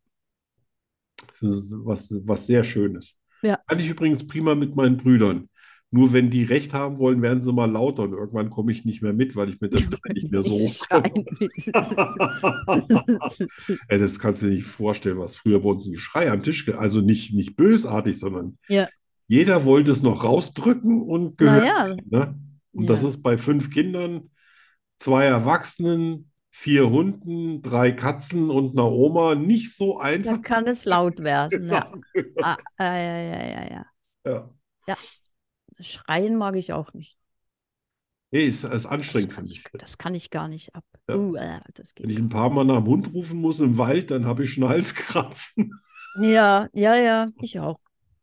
Das ist was, was sehr Schönes.
Ja.
Kann ich übrigens prima mit meinen Brüdern. Nur wenn die recht haben wollen, werden sie mal lauter und irgendwann komme ich nicht mehr mit, weil ich mit der Stimme nicht
(laughs)
mehr so hochkomme. (laughs) Ey, das kannst du dir nicht vorstellen, was früher bei uns ein Geschrei am Tisch, ge- also nicht, nicht bösartig, sondern
Ja.
jeder wollte es noch rausdrücken und gehört.
Naja,
Ne? Und das
Ja.
ist bei fünf Kindern, zwei Erwachsenen, vier Hunden, drei Katzen und einer Oma nicht so
da
einfach.
kann es laut werden.
Genau.
Ja.
Ja.
Ah, ah, ja, ja, ja, ja.
Ja.
Schreien mag ich auch nicht.
Nee, ist, ist anstrengend für
kann ich,
mich.
das kann ich gar nicht ab.
Ja.
Uh, äh, das
Wenn
geht.
ich ein paar Mal nach dem Hund rufen muss im Wald, dann habe ich schon Halskratzen. (laughs)
Ja, ja, ja, ich auch.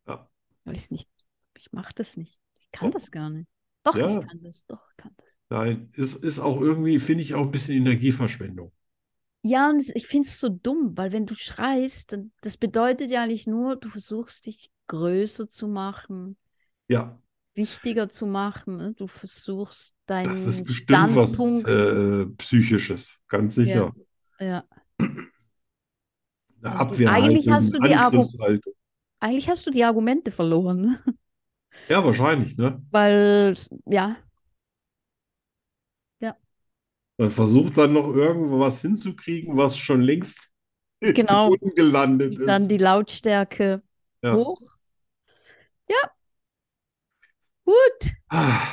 Ja.
Weil ich nicht, ich mache das nicht. Ich kann
Doch.
das gar nicht. Doch,
Ja.
ich kann das, doch, ich kann das.
Nein, ist, ist auch irgendwie, finde ich, auch ein bisschen Energieverschwendung.
Ja, und es- ich finde es so dumm, weil wenn du schreist, dann, das bedeutet ja eigentlich nur, du versuchst dich größer zu machen,
Ja,
wichtiger zu machen. Ne? Du versuchst deinen
das ist bestimmt was
Hm, Standpunkt.
äh, Psychisches, ganz sicher.
ja.
Eine
Hast du- eigentlich
Abwehrhaltung,
hast du die Argu-
Angriffshaltung.
Eigentlich hast du die Argumente verloren, ne?
Ja, wahrscheinlich, ne?
weil, ja,
Man versucht dann noch irgendwas hinzukriegen, was schon längst (laughs) im
Genau.
Boden gelandet ist.
dann die Lautstärke
Ja.
hoch. Ja, gut.
Ah,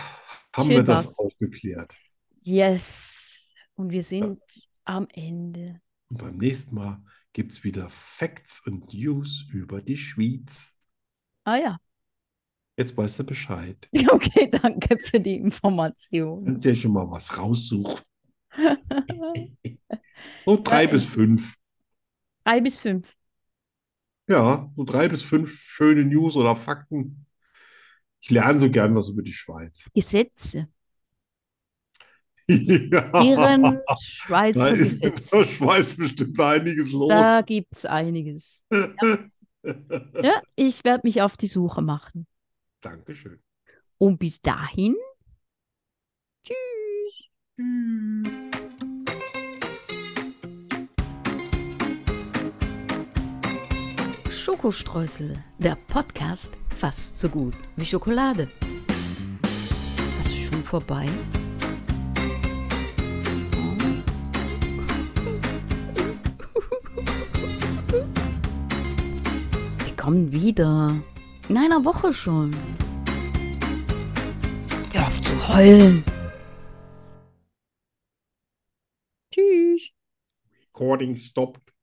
haben
Schön
wir das
war's.
aufgeklärt.
Yes. Und wir sind am Ende.
Und beim nächsten Mal gibt es wieder Facts und News über die Schweiz.
Ah ja. (laughs)
Jetzt weißt du Bescheid.
Okay, danke für die
(laughs)
Information.
Kannst ja schon mal was raussuchen. So drei bis fünf.
Drei bis fünf.
Ja, so drei bis fünf schöne News oder Fakten. Ich lerne so gern was über die Schweiz. (laughs)
Gesetze.
Ja.
Ihren Schweizer
Da ist in (laughs)
Gesetz.
der Schweiz bestimmt einiges los.
Da gibt es einiges. Ja, ich werde mich auf die Suche machen.
(laughs) Dankeschön.
Und bis dahin.
Schokostreusel, der Podcast fast so gut wie Schokolade. Was ist schon vorbei? Wir kommen wieder. In einer Woche schon. Hör auf zu heulen.
Tschüss.
Recording stopped.